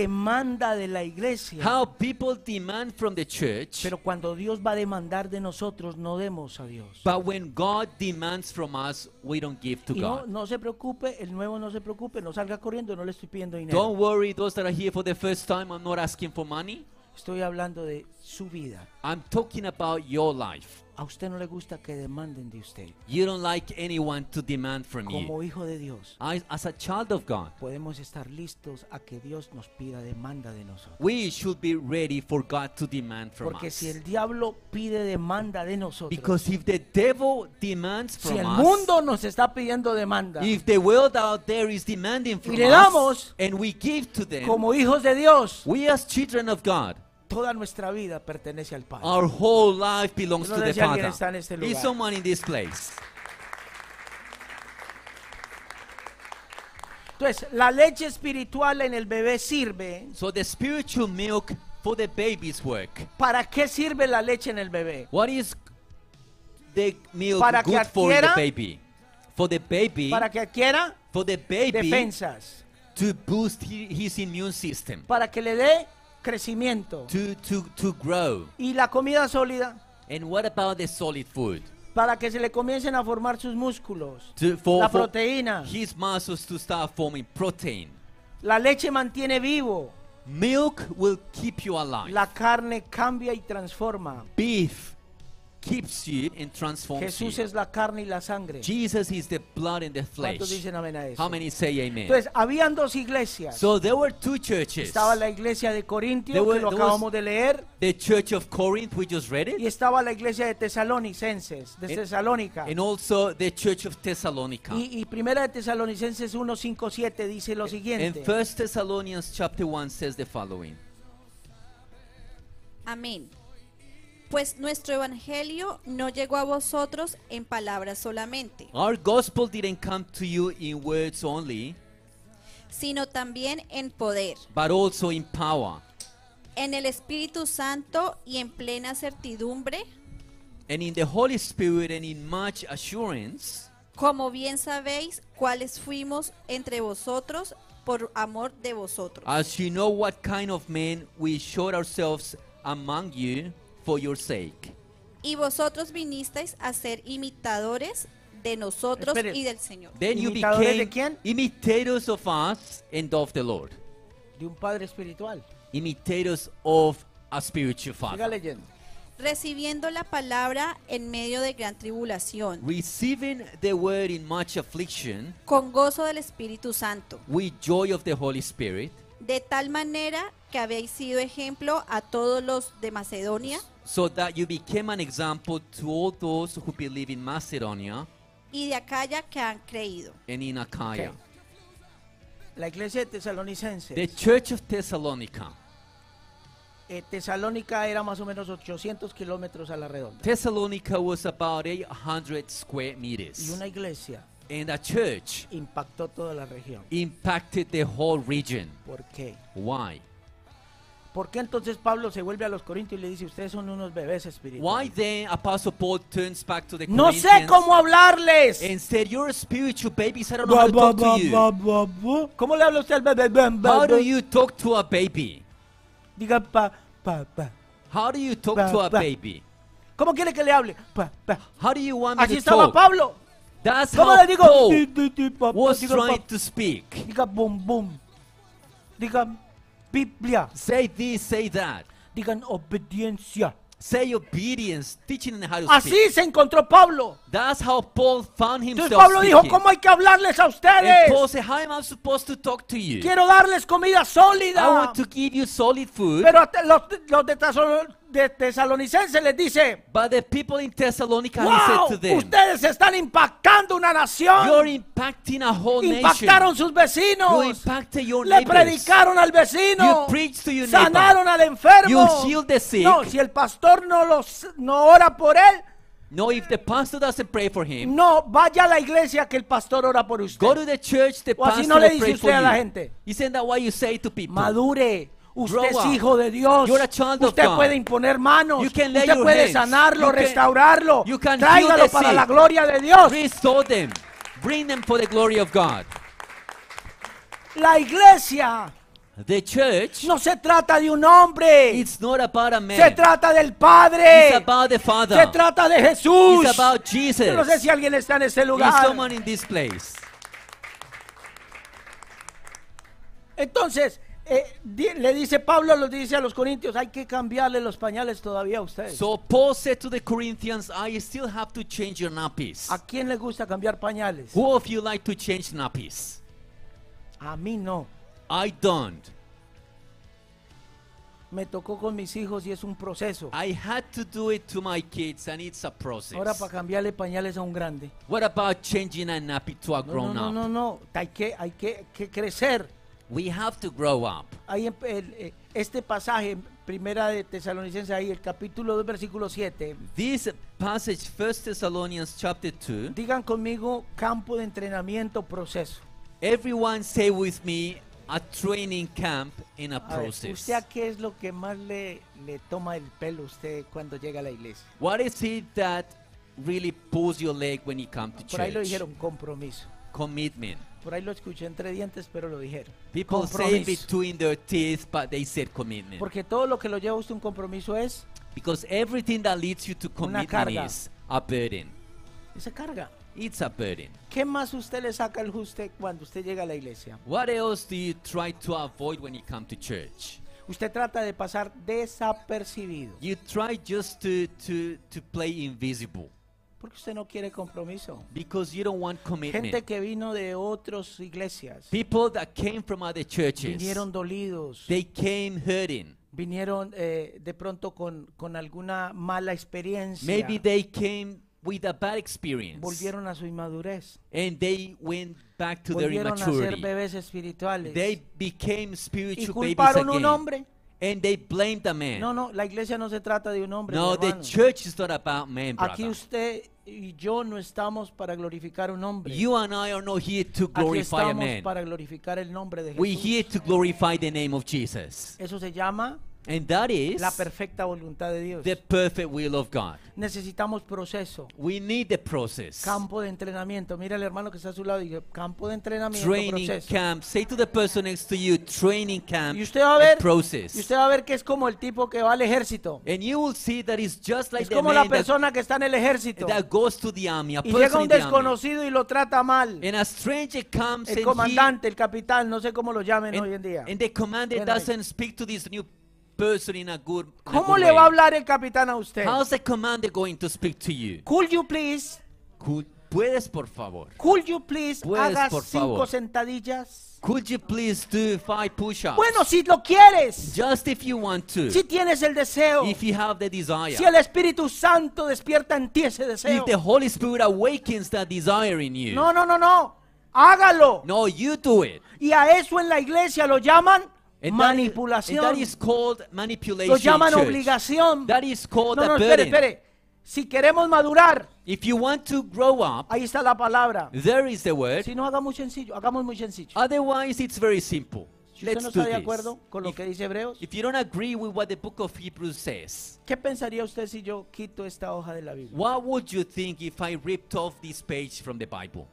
[SPEAKER 2] demanda de la iglesia.
[SPEAKER 3] how people demand from the church,
[SPEAKER 2] Pero cuando Dios va a demandar de nosotros, no demos a Dios.
[SPEAKER 3] but when God demands from us, we don't give to
[SPEAKER 2] Y no,
[SPEAKER 3] God.
[SPEAKER 2] no se preocupe, el nuevo no se preocupe, no salga corriendo, no le estoy pidiendo dinero.
[SPEAKER 3] Don't worry, those that are here for the first time, I'm not asking for money.
[SPEAKER 2] Estoy hablando de su vida.
[SPEAKER 3] I'm talking about your life.
[SPEAKER 2] A usted no le gusta que demanden de usted.
[SPEAKER 3] You don't like anyone to demand from you.
[SPEAKER 2] Como hijo de Dios,
[SPEAKER 3] I, as a child of God,
[SPEAKER 2] podemos estar listos a que Dios nos pida demanda de nosotros.
[SPEAKER 3] we should be ready for God to demand from
[SPEAKER 2] Porque
[SPEAKER 3] us.
[SPEAKER 2] si el diablo pide demanda de nosotros,
[SPEAKER 3] Because if the devil demands
[SPEAKER 2] si
[SPEAKER 3] from
[SPEAKER 2] el
[SPEAKER 3] us,
[SPEAKER 2] mundo nos está pidiendo demanda,
[SPEAKER 3] if the world out there is demanding from
[SPEAKER 2] le
[SPEAKER 3] us,
[SPEAKER 2] damos
[SPEAKER 3] and we give to them,
[SPEAKER 2] como hijos de Dios,
[SPEAKER 3] we as children of God,
[SPEAKER 2] toda nuestra vida pertenece al Padre.
[SPEAKER 3] our whole life belongs
[SPEAKER 2] Yo no
[SPEAKER 3] to the
[SPEAKER 2] sé si alguien
[SPEAKER 3] Father.
[SPEAKER 2] está en este
[SPEAKER 3] Is
[SPEAKER 2] lugar.
[SPEAKER 3] someone in this place?
[SPEAKER 2] Entonces, la leche espiritual en el bebé sirve.
[SPEAKER 3] So the spiritual milk for the baby's work.
[SPEAKER 2] ¿Para qué sirve la leche en el bebé?
[SPEAKER 3] What is the milk
[SPEAKER 2] Para que
[SPEAKER 3] good for the
[SPEAKER 2] adquiera-
[SPEAKER 3] baby? For the baby,
[SPEAKER 2] Para que adquiera
[SPEAKER 3] for the baby
[SPEAKER 2] defensas,
[SPEAKER 3] to boost hi- his immune system,
[SPEAKER 2] para que le dé crecimiento.
[SPEAKER 3] to, to, to grow.
[SPEAKER 2] Y la comida sólida,
[SPEAKER 3] And what about the solid food?
[SPEAKER 2] para que se le comiencen a formar sus músculos.
[SPEAKER 3] To, for,
[SPEAKER 2] La
[SPEAKER 3] for
[SPEAKER 2] proteína.
[SPEAKER 3] His muscles to start forming protein.
[SPEAKER 2] La leche mantiene vivo.
[SPEAKER 3] Milk will keep you alive.
[SPEAKER 2] La carne cambia y transforma.
[SPEAKER 3] Beef keeps you and transforms
[SPEAKER 2] Jesús
[SPEAKER 3] you.
[SPEAKER 2] es la carne y la sangre.
[SPEAKER 3] Oh, Jesus is the blood and the flesh.
[SPEAKER 2] ¿Cuántos dicen amén a
[SPEAKER 3] How
[SPEAKER 2] eso?
[SPEAKER 3] many say amen?
[SPEAKER 2] Entonces, habían dos iglesias.
[SPEAKER 3] so there were two churches.
[SPEAKER 2] Estaba la iglesia de Corintio,
[SPEAKER 3] There were-
[SPEAKER 2] que lo
[SPEAKER 3] there was-
[SPEAKER 2] acabamos de leer,
[SPEAKER 3] The church of Corinth, we just read it.
[SPEAKER 2] y estaba la iglesia de Tesalonicenses, de
[SPEAKER 3] And-
[SPEAKER 2] Tesalónica.
[SPEAKER 3] And also the church of Thessalonica.
[SPEAKER 2] Y, y primera de Tesalonicenses 1.5.7 dice lo
[SPEAKER 3] And
[SPEAKER 2] siguiente.
[SPEAKER 3] First Thessalonians chapter 1 says the following.
[SPEAKER 4] Amén. Pues nuestro evangelio no llegó a vosotros en palabras solamente,
[SPEAKER 3] Our gospel didn't come to you in words only,
[SPEAKER 4] sino también en poder,
[SPEAKER 3] but also in power
[SPEAKER 4] en el Espíritu Santo y en plena certidumbre
[SPEAKER 3] and in the Holy Spirit and in much assurance,
[SPEAKER 4] Como bien sabéis, cuáles fuimos entre vosotros por amor de vosotros.
[SPEAKER 2] Ah.
[SPEAKER 3] as you know what kind of men we showed ourselves among you for your sake.
[SPEAKER 4] Y vosotros vinisteis a ser imitadores de nosotros
[SPEAKER 2] Espere.
[SPEAKER 4] y del Señor.
[SPEAKER 3] Then you
[SPEAKER 2] ¿Imitadores de
[SPEAKER 3] became
[SPEAKER 2] quién?
[SPEAKER 3] imitators of us and of the Lord,
[SPEAKER 2] de un padre espiritual.
[SPEAKER 3] imitators of a spiritual
[SPEAKER 2] Siga
[SPEAKER 3] father,
[SPEAKER 2] leyendo.
[SPEAKER 4] Recibiendo la palabra en medio de gran tribulación,
[SPEAKER 3] receiving the word in much affliction
[SPEAKER 4] con gozo del Espíritu Santo,
[SPEAKER 3] with joy of the Holy Spirit,
[SPEAKER 4] de tal manera que habéis sido ejemplo a todos los de Macedonia
[SPEAKER 3] so that you became an example to all those who believe in Macedonia
[SPEAKER 4] y de Acaya que han creído.
[SPEAKER 3] and in Achaia.
[SPEAKER 2] Okay. La iglesia de Tesalonicenses.
[SPEAKER 3] The church of Thessalonica.
[SPEAKER 2] eh, Tesalónica era más o menos 800 kilómetros a la redonda.
[SPEAKER 3] Thessalonica was about 800 square
[SPEAKER 2] Y
[SPEAKER 3] meters.
[SPEAKER 2] una iglesia
[SPEAKER 3] And a church
[SPEAKER 2] impactó toda la región.
[SPEAKER 3] impacted the whole region.
[SPEAKER 2] ¿Por qué?
[SPEAKER 3] Why?
[SPEAKER 2] ¿Por qué entonces Pablo se vuelve a los corintios y le dice, ustedes son unos bebés
[SPEAKER 3] Why
[SPEAKER 2] espirituales?
[SPEAKER 3] then Apostle Paul turns back to the
[SPEAKER 2] No sé
[SPEAKER 3] Corinthians
[SPEAKER 2] cómo hablarles.
[SPEAKER 3] and said, "You're spiritual babies. I don't know
[SPEAKER 2] Ba,
[SPEAKER 3] how to
[SPEAKER 2] ba,
[SPEAKER 3] talk
[SPEAKER 2] ba,
[SPEAKER 3] to
[SPEAKER 2] ba,
[SPEAKER 3] you.
[SPEAKER 2] ba, ba. ¿Cómo le habla usted al bebé? Ba, ba,
[SPEAKER 3] How
[SPEAKER 2] ba.
[SPEAKER 3] do you talk to a baby?
[SPEAKER 2] Diga pa, pa, pa.
[SPEAKER 3] How do you talk
[SPEAKER 2] Ba,
[SPEAKER 3] to a
[SPEAKER 2] ba.
[SPEAKER 3] baby?
[SPEAKER 2] ¿Cómo quiere que le hable? Pa, pa.
[SPEAKER 3] How do you want me
[SPEAKER 2] Así
[SPEAKER 3] to
[SPEAKER 2] estaba
[SPEAKER 3] talk?"
[SPEAKER 2] Pablo.
[SPEAKER 3] That's
[SPEAKER 2] ¿Cómo
[SPEAKER 3] how
[SPEAKER 2] le digo? Ti,
[SPEAKER 3] Paul
[SPEAKER 2] ti, ti, pa, pa.
[SPEAKER 3] was
[SPEAKER 2] Diga, pa,
[SPEAKER 3] trying to speak.
[SPEAKER 2] diga bum bum. Diga Biblia.
[SPEAKER 3] Say this, say that.
[SPEAKER 2] Digan obediencia.
[SPEAKER 3] Say obedience, teaching them how to speak.
[SPEAKER 2] Así se encontró Pablo.
[SPEAKER 3] That's how Paul found himself
[SPEAKER 2] Entonces Pablo dijo,
[SPEAKER 3] speaking.
[SPEAKER 2] ¿cómo hay que hablarles a
[SPEAKER 3] And Paul
[SPEAKER 2] ustedes?
[SPEAKER 3] said, how am I supposed to talk to you?
[SPEAKER 2] Quiero darles comida
[SPEAKER 3] I
[SPEAKER 2] sólida.
[SPEAKER 3] want to give you solid food.
[SPEAKER 2] Pero a te- los, los de, Tesalo- de Tesalonicenses les dice,
[SPEAKER 3] but the people in Thessalonica, he said
[SPEAKER 2] wow,
[SPEAKER 3] to them,
[SPEAKER 2] ustedes están impactando una
[SPEAKER 3] you're
[SPEAKER 2] nación.
[SPEAKER 3] impacting a whole
[SPEAKER 2] Impactaron
[SPEAKER 3] nation.
[SPEAKER 2] sus
[SPEAKER 3] You
[SPEAKER 2] vecinos.
[SPEAKER 3] impacted your
[SPEAKER 2] Le
[SPEAKER 3] neighbors.
[SPEAKER 2] predicaron al vecino.
[SPEAKER 3] You preached to your neighbor.
[SPEAKER 2] Sanaron al enfermo.
[SPEAKER 3] You healed the sick.
[SPEAKER 2] No, si el pastor no, los, no ora por él,
[SPEAKER 3] No, if the pastor doesn't pray for him,
[SPEAKER 2] no, vaya a la iglesia que el pastor ora por usted.
[SPEAKER 3] go to the church, the
[SPEAKER 2] O así
[SPEAKER 3] pastor
[SPEAKER 2] no le
[SPEAKER 3] will
[SPEAKER 2] dice
[SPEAKER 3] pray
[SPEAKER 2] usted
[SPEAKER 3] for
[SPEAKER 2] a la
[SPEAKER 3] you.
[SPEAKER 2] gente.
[SPEAKER 3] Isn't that what you say to people?
[SPEAKER 2] Madure. Usted
[SPEAKER 3] Grow
[SPEAKER 2] es
[SPEAKER 3] up.
[SPEAKER 2] hijo de Dios.
[SPEAKER 3] You're a child of
[SPEAKER 2] Usted
[SPEAKER 3] God.
[SPEAKER 2] puede imponer manos.
[SPEAKER 3] You can lay
[SPEAKER 2] Usted
[SPEAKER 3] your
[SPEAKER 2] puede
[SPEAKER 3] hands.
[SPEAKER 2] sanarlo,
[SPEAKER 3] You can-
[SPEAKER 2] restaurarlo.
[SPEAKER 3] you can heal
[SPEAKER 2] Tráigalo
[SPEAKER 3] the
[SPEAKER 2] para
[SPEAKER 3] sick.
[SPEAKER 2] la gloria de Dios.
[SPEAKER 3] Restore them. Bring them for the glory of God.
[SPEAKER 2] La iglesia
[SPEAKER 3] The church,
[SPEAKER 2] no se trata de un hombre.
[SPEAKER 3] it's not about
[SPEAKER 2] Se
[SPEAKER 3] a man.
[SPEAKER 2] trata del Padre.
[SPEAKER 3] It's about the Father.
[SPEAKER 2] Se trata de Jesús.
[SPEAKER 3] It's about Jesus.
[SPEAKER 2] Yo no sé si alguien está en ese
[SPEAKER 3] Is
[SPEAKER 2] lugar.
[SPEAKER 3] someone in this place.
[SPEAKER 2] Entonces, eh, di- le dice Pablo, los dice a los corintios, hay que cambiarle los pañales todavía a ustedes.
[SPEAKER 3] So Paul said to the Corinthians, I still have to change your nappies.
[SPEAKER 2] ¿A quién le gusta cambiar pañales?
[SPEAKER 3] Who of you like to change nappies?
[SPEAKER 2] A mí no.
[SPEAKER 3] I don't.
[SPEAKER 2] Me tocó con mis hijos y es un proceso.
[SPEAKER 3] I had to do it to my kids and it's a process.
[SPEAKER 2] Ahora para cambiarle pañales a un grande.
[SPEAKER 3] What about changing a nappy to a
[SPEAKER 2] No, no,
[SPEAKER 3] grown
[SPEAKER 2] no,
[SPEAKER 3] up?
[SPEAKER 2] no, no. Hay que, hay que, que crecer.
[SPEAKER 3] We have to grow up.
[SPEAKER 2] Ahí en- el- eh, este pasaje, primera de Tesalonicenses, ahí el capítulo 2, versículo 7.
[SPEAKER 3] This passage, 1 Thessalonians chapter 2,
[SPEAKER 2] Digan conmigo campo de entrenamiento, proceso.
[SPEAKER 3] everyone say with me a training camp in a
[SPEAKER 2] A ver,
[SPEAKER 3] process.
[SPEAKER 2] ¿Usted a qué es lo que más le, le toma el pelo a usted cuando llega a la iglesia?
[SPEAKER 3] What is it that really pulls your leg when you come to
[SPEAKER 2] Por ahí lo
[SPEAKER 3] church?
[SPEAKER 2] dijeron, compromiso.
[SPEAKER 3] Commitment.
[SPEAKER 2] Por ahí lo escuché entre dientes, pero lo dijeron.
[SPEAKER 3] People say
[SPEAKER 2] compromiso.
[SPEAKER 3] between their teeth, but they said commitment.
[SPEAKER 2] Porque todo lo que lo lleva a usted un compromiso es
[SPEAKER 3] Because everything that leads you to
[SPEAKER 2] Una
[SPEAKER 3] commitment
[SPEAKER 2] carga.
[SPEAKER 3] is a burden.
[SPEAKER 2] esa carga.
[SPEAKER 3] It's a burden.
[SPEAKER 2] ¿Qué más usted le saca el usted cuando usted llega a la iglesia?
[SPEAKER 3] What else do you try to avoid when you come to church?
[SPEAKER 2] Usted trata de pasar desapercibido.
[SPEAKER 3] You try just to, to, to play invisible
[SPEAKER 2] Porque usted no quiere compromiso.
[SPEAKER 3] because you don't want
[SPEAKER 2] Gente
[SPEAKER 3] commitment.
[SPEAKER 2] que vino de otras iglesias.
[SPEAKER 3] People that came from other churches,
[SPEAKER 2] Vinieron dolidos.
[SPEAKER 3] they came hurting.
[SPEAKER 2] Vinieron eh, de pronto con, con alguna mala experiencia.
[SPEAKER 3] Maybe they came with a bad experience
[SPEAKER 2] Volvieron a su inmadurez.
[SPEAKER 3] and they went back to their
[SPEAKER 2] Volvieron a ser
[SPEAKER 3] immaturity.
[SPEAKER 2] bebés espirituales.
[SPEAKER 3] They became
[SPEAKER 2] y
[SPEAKER 3] spiritual babies
[SPEAKER 2] culparon un
[SPEAKER 3] again.
[SPEAKER 2] hombre.
[SPEAKER 3] And they blamed a man.
[SPEAKER 2] No, no, la iglesia no se trata de un hombre. mi
[SPEAKER 3] No, the
[SPEAKER 2] hermano.
[SPEAKER 3] church is not about men,
[SPEAKER 2] Aquí
[SPEAKER 3] brother.
[SPEAKER 2] usted y yo no estamos para glorificar un hombre.
[SPEAKER 3] You and I are not here to
[SPEAKER 2] Aquí
[SPEAKER 3] glorify a
[SPEAKER 2] estamos
[SPEAKER 3] man.
[SPEAKER 2] para glorificar el nombre de
[SPEAKER 3] We're
[SPEAKER 2] Jesús.
[SPEAKER 3] here to glorify the name of Jesus.
[SPEAKER 2] Eso se llama
[SPEAKER 3] And that is
[SPEAKER 2] la perfecta voluntad de Dios.
[SPEAKER 3] the perfect will of God.
[SPEAKER 2] Necesitamos proceso,
[SPEAKER 3] We need the process.
[SPEAKER 2] campo de entrenamiento. Mira al hermano que está a su lado y dice, campo de entrenamiento,
[SPEAKER 3] Training
[SPEAKER 2] proceso.
[SPEAKER 3] camp. Say to the person next to you, training camp.
[SPEAKER 2] Y usted va a
[SPEAKER 3] and
[SPEAKER 2] ver,
[SPEAKER 3] process.
[SPEAKER 2] y usted va a ver que es como el tipo que va al ejército.
[SPEAKER 3] And you will see that it's just like
[SPEAKER 2] Es
[SPEAKER 3] the
[SPEAKER 2] como la
[SPEAKER 3] man that-
[SPEAKER 2] persona que está en el ejército.
[SPEAKER 3] that, goes to the army. A
[SPEAKER 2] Y
[SPEAKER 3] person
[SPEAKER 2] llega un
[SPEAKER 3] in the army.
[SPEAKER 2] desconocido y lo trata mal.
[SPEAKER 3] And a stranger comes
[SPEAKER 2] El
[SPEAKER 3] and
[SPEAKER 2] comandante, el capitán, no sé cómo lo
[SPEAKER 3] he,
[SPEAKER 2] llamen hoy en
[SPEAKER 3] and,
[SPEAKER 2] día.
[SPEAKER 3] and the commander
[SPEAKER 2] Bueno,
[SPEAKER 3] doesn't speak to this new person in a good, in a
[SPEAKER 2] ¿Cómo
[SPEAKER 3] good
[SPEAKER 2] le va a
[SPEAKER 3] way.
[SPEAKER 2] hablar el capitán a usted?
[SPEAKER 3] How's the commander going to speak to you?
[SPEAKER 2] Could you please,
[SPEAKER 3] Could, puedes por favor.
[SPEAKER 2] could you please,
[SPEAKER 3] Puedes,
[SPEAKER 2] haga
[SPEAKER 3] Pues, por
[SPEAKER 2] cinco
[SPEAKER 3] favor.
[SPEAKER 2] sentadillas.
[SPEAKER 3] Could you please do five push-ups?
[SPEAKER 2] Bueno, si lo quieres,
[SPEAKER 3] just if you want to.
[SPEAKER 2] si tienes el deseo,
[SPEAKER 3] if you have the desire.
[SPEAKER 2] si el Espíritu Santo despierta en ti ese deseo.
[SPEAKER 3] if the Holy Spirit awakens that desire in you.
[SPEAKER 2] No, no, no, no. Hágalo.
[SPEAKER 3] No, you do it.
[SPEAKER 2] Y a eso en la iglesia lo llaman
[SPEAKER 3] And that is- and
[SPEAKER 2] manipulación.
[SPEAKER 3] that is called manipulation.
[SPEAKER 2] Lo llaman
[SPEAKER 3] church.
[SPEAKER 2] obligación.
[SPEAKER 3] That is called
[SPEAKER 2] No,
[SPEAKER 3] a
[SPEAKER 2] no, espere,
[SPEAKER 3] burden.
[SPEAKER 2] espere. Si queremos madurar,
[SPEAKER 3] If you want to grow up,
[SPEAKER 2] ahí está la palabra.
[SPEAKER 3] there is the word.
[SPEAKER 2] Si no, hagamos sencillo, hagamos muy sencillo.
[SPEAKER 3] Otherwise, it's very simple.
[SPEAKER 2] Si usted
[SPEAKER 3] Ah, Let's
[SPEAKER 2] no
[SPEAKER 3] do
[SPEAKER 2] está de
[SPEAKER 3] this.
[SPEAKER 2] acuerdo con lo
[SPEAKER 3] If-
[SPEAKER 2] que dice Hebreos,
[SPEAKER 3] if you don't agree with what the book of Hebrews says,
[SPEAKER 2] ¿qué pensaría usted si yo quito esta hoja de la Biblia?
[SPEAKER 3] what would you think if I ripped off this page from the Bible?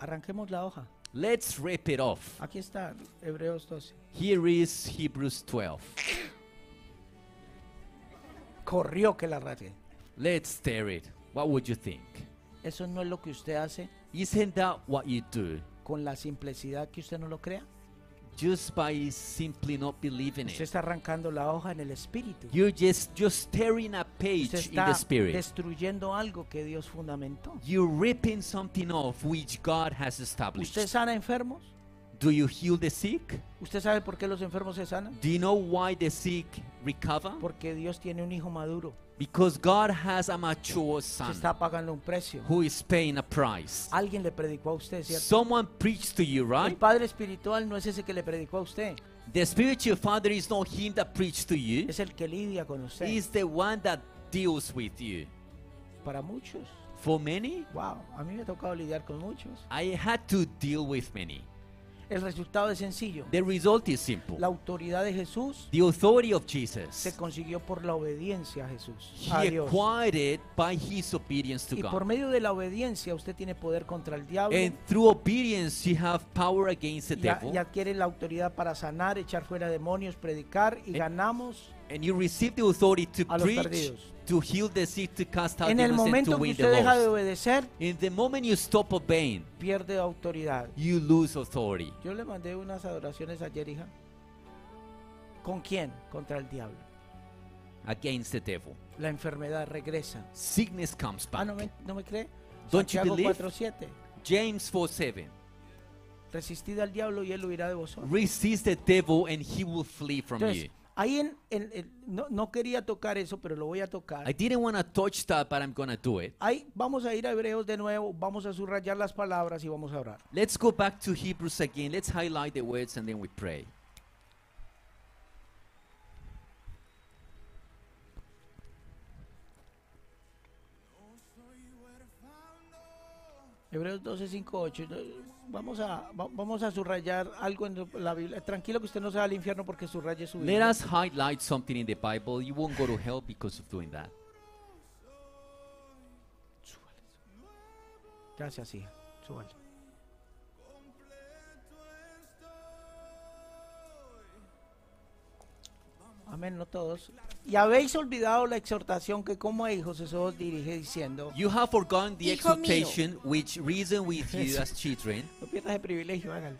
[SPEAKER 2] Arranquemos la hoja.
[SPEAKER 3] Let's rip it off.
[SPEAKER 2] Aquí está Hebreos 12.
[SPEAKER 3] Here is Hebrews 12.
[SPEAKER 2] Corrió que la raye.
[SPEAKER 3] Let's tear it. What would you think?
[SPEAKER 2] Eso no es lo que usted hace
[SPEAKER 3] Isn't that what you do?
[SPEAKER 2] con la simplicidad que usted no lo crea.
[SPEAKER 3] Just by simply not believing
[SPEAKER 2] Usted
[SPEAKER 3] it.
[SPEAKER 2] está arrancando la hoja en el espíritu.
[SPEAKER 3] You're just just tearing a page
[SPEAKER 2] Usted
[SPEAKER 3] in the
[SPEAKER 2] está
[SPEAKER 3] spirit.
[SPEAKER 2] destruyendo algo que Dios fundamentó.
[SPEAKER 3] You're ripping something off which God has established.
[SPEAKER 2] ¿Usted sana enfermos?
[SPEAKER 3] Do you heal the sick?
[SPEAKER 2] ¿Usted sabe por qué los enfermos se sanan?
[SPEAKER 3] Do you know why the sick recover?
[SPEAKER 2] Porque Dios tiene un hijo maduro.
[SPEAKER 3] Because God has a mature
[SPEAKER 2] Se
[SPEAKER 3] son
[SPEAKER 2] está pagando un precio.
[SPEAKER 3] who is paying a price.
[SPEAKER 2] Alguien le predicó a usted, ¿cierto?
[SPEAKER 3] Someone preached to you,
[SPEAKER 2] El
[SPEAKER 3] right?
[SPEAKER 2] Padre Espiritual no es ese que le predicó a usted,
[SPEAKER 3] The spiritual father is not him that preached to you.
[SPEAKER 2] es el que lidia con usted.
[SPEAKER 3] He's the one that deals with you.
[SPEAKER 2] Para muchos,
[SPEAKER 3] For many,
[SPEAKER 2] wow, a mí me ha tocado lidiar con muchos.
[SPEAKER 3] I had to deal with many.
[SPEAKER 2] El resultado es sencillo.
[SPEAKER 3] The result is simple.
[SPEAKER 2] La autoridad de Jesús
[SPEAKER 3] The authority of Jesus,
[SPEAKER 2] se consiguió por la obediencia a Jesús, a
[SPEAKER 3] he
[SPEAKER 2] Dios.
[SPEAKER 3] acquired it by his obedience to
[SPEAKER 2] Y por
[SPEAKER 3] God.
[SPEAKER 2] medio de la obediencia usted tiene poder contra el diablo
[SPEAKER 3] And through obedience, you have power against the
[SPEAKER 2] y, a-
[SPEAKER 3] devil.
[SPEAKER 2] y adquiere la autoridad para sanar, echar fuera demonios, predicar y
[SPEAKER 3] Eh,
[SPEAKER 2] ganamos.
[SPEAKER 3] And you receive the authority to
[SPEAKER 2] a los
[SPEAKER 3] preach,
[SPEAKER 2] perdidos.
[SPEAKER 3] to heal the sick, to cast out
[SPEAKER 2] En el
[SPEAKER 3] demons, and to
[SPEAKER 2] momento que
[SPEAKER 3] win
[SPEAKER 2] usted
[SPEAKER 3] the
[SPEAKER 2] deja de
[SPEAKER 3] lost.
[SPEAKER 2] obedecer,
[SPEAKER 3] In the moment you stop obeying,
[SPEAKER 2] pierde autoridad.
[SPEAKER 3] you lose authority.
[SPEAKER 2] Yo le mandé unas adoraciones ayer, hija. ¿Con quién? Contra el diablo.
[SPEAKER 3] against the devil.
[SPEAKER 2] La enfermedad regresa.
[SPEAKER 3] Sickness comes
[SPEAKER 2] Ah,
[SPEAKER 3] back.
[SPEAKER 2] ¿no me, no me cree?
[SPEAKER 3] Don't you
[SPEAKER 2] Santiago
[SPEAKER 3] believe?
[SPEAKER 2] 4.7
[SPEAKER 3] James 4 7.
[SPEAKER 2] Resistid al diablo y él huirá de vosotros.
[SPEAKER 3] Resist the devil and he will flee from
[SPEAKER 2] Entonces,
[SPEAKER 3] you.
[SPEAKER 2] ahí en, en- en- no, no quería tocar eso, pero lo voy a tocar.
[SPEAKER 3] I didn't want to touch that, but I'm going to do it.
[SPEAKER 2] Ahí vamos a ir a Hebreos de nuevo, vamos a subrayar las palabras y vamos a orar.
[SPEAKER 3] Let's go back to Hebrews again. Let's highlight the words and then we pray.
[SPEAKER 2] Hebreos 12, 5, 8. Vamos a, va- vamos a subrayar algo en la Biblia. Tranquilo que usted no se va al infierno porque subraye su
[SPEAKER 3] Let
[SPEAKER 2] Biblia.
[SPEAKER 3] us highlight something in the Bible. You won't go to hell because of doing that.
[SPEAKER 2] Gracias, hija. Súbale. Amén, no todos. Y habéis olvidado la exhortación que como a hijos eso os dirige diciendo,
[SPEAKER 3] You have forgotten the
[SPEAKER 4] Hijo mío.
[SPEAKER 3] exhortation which reason with you as children.
[SPEAKER 2] no pierdas el privilegio, hágalo.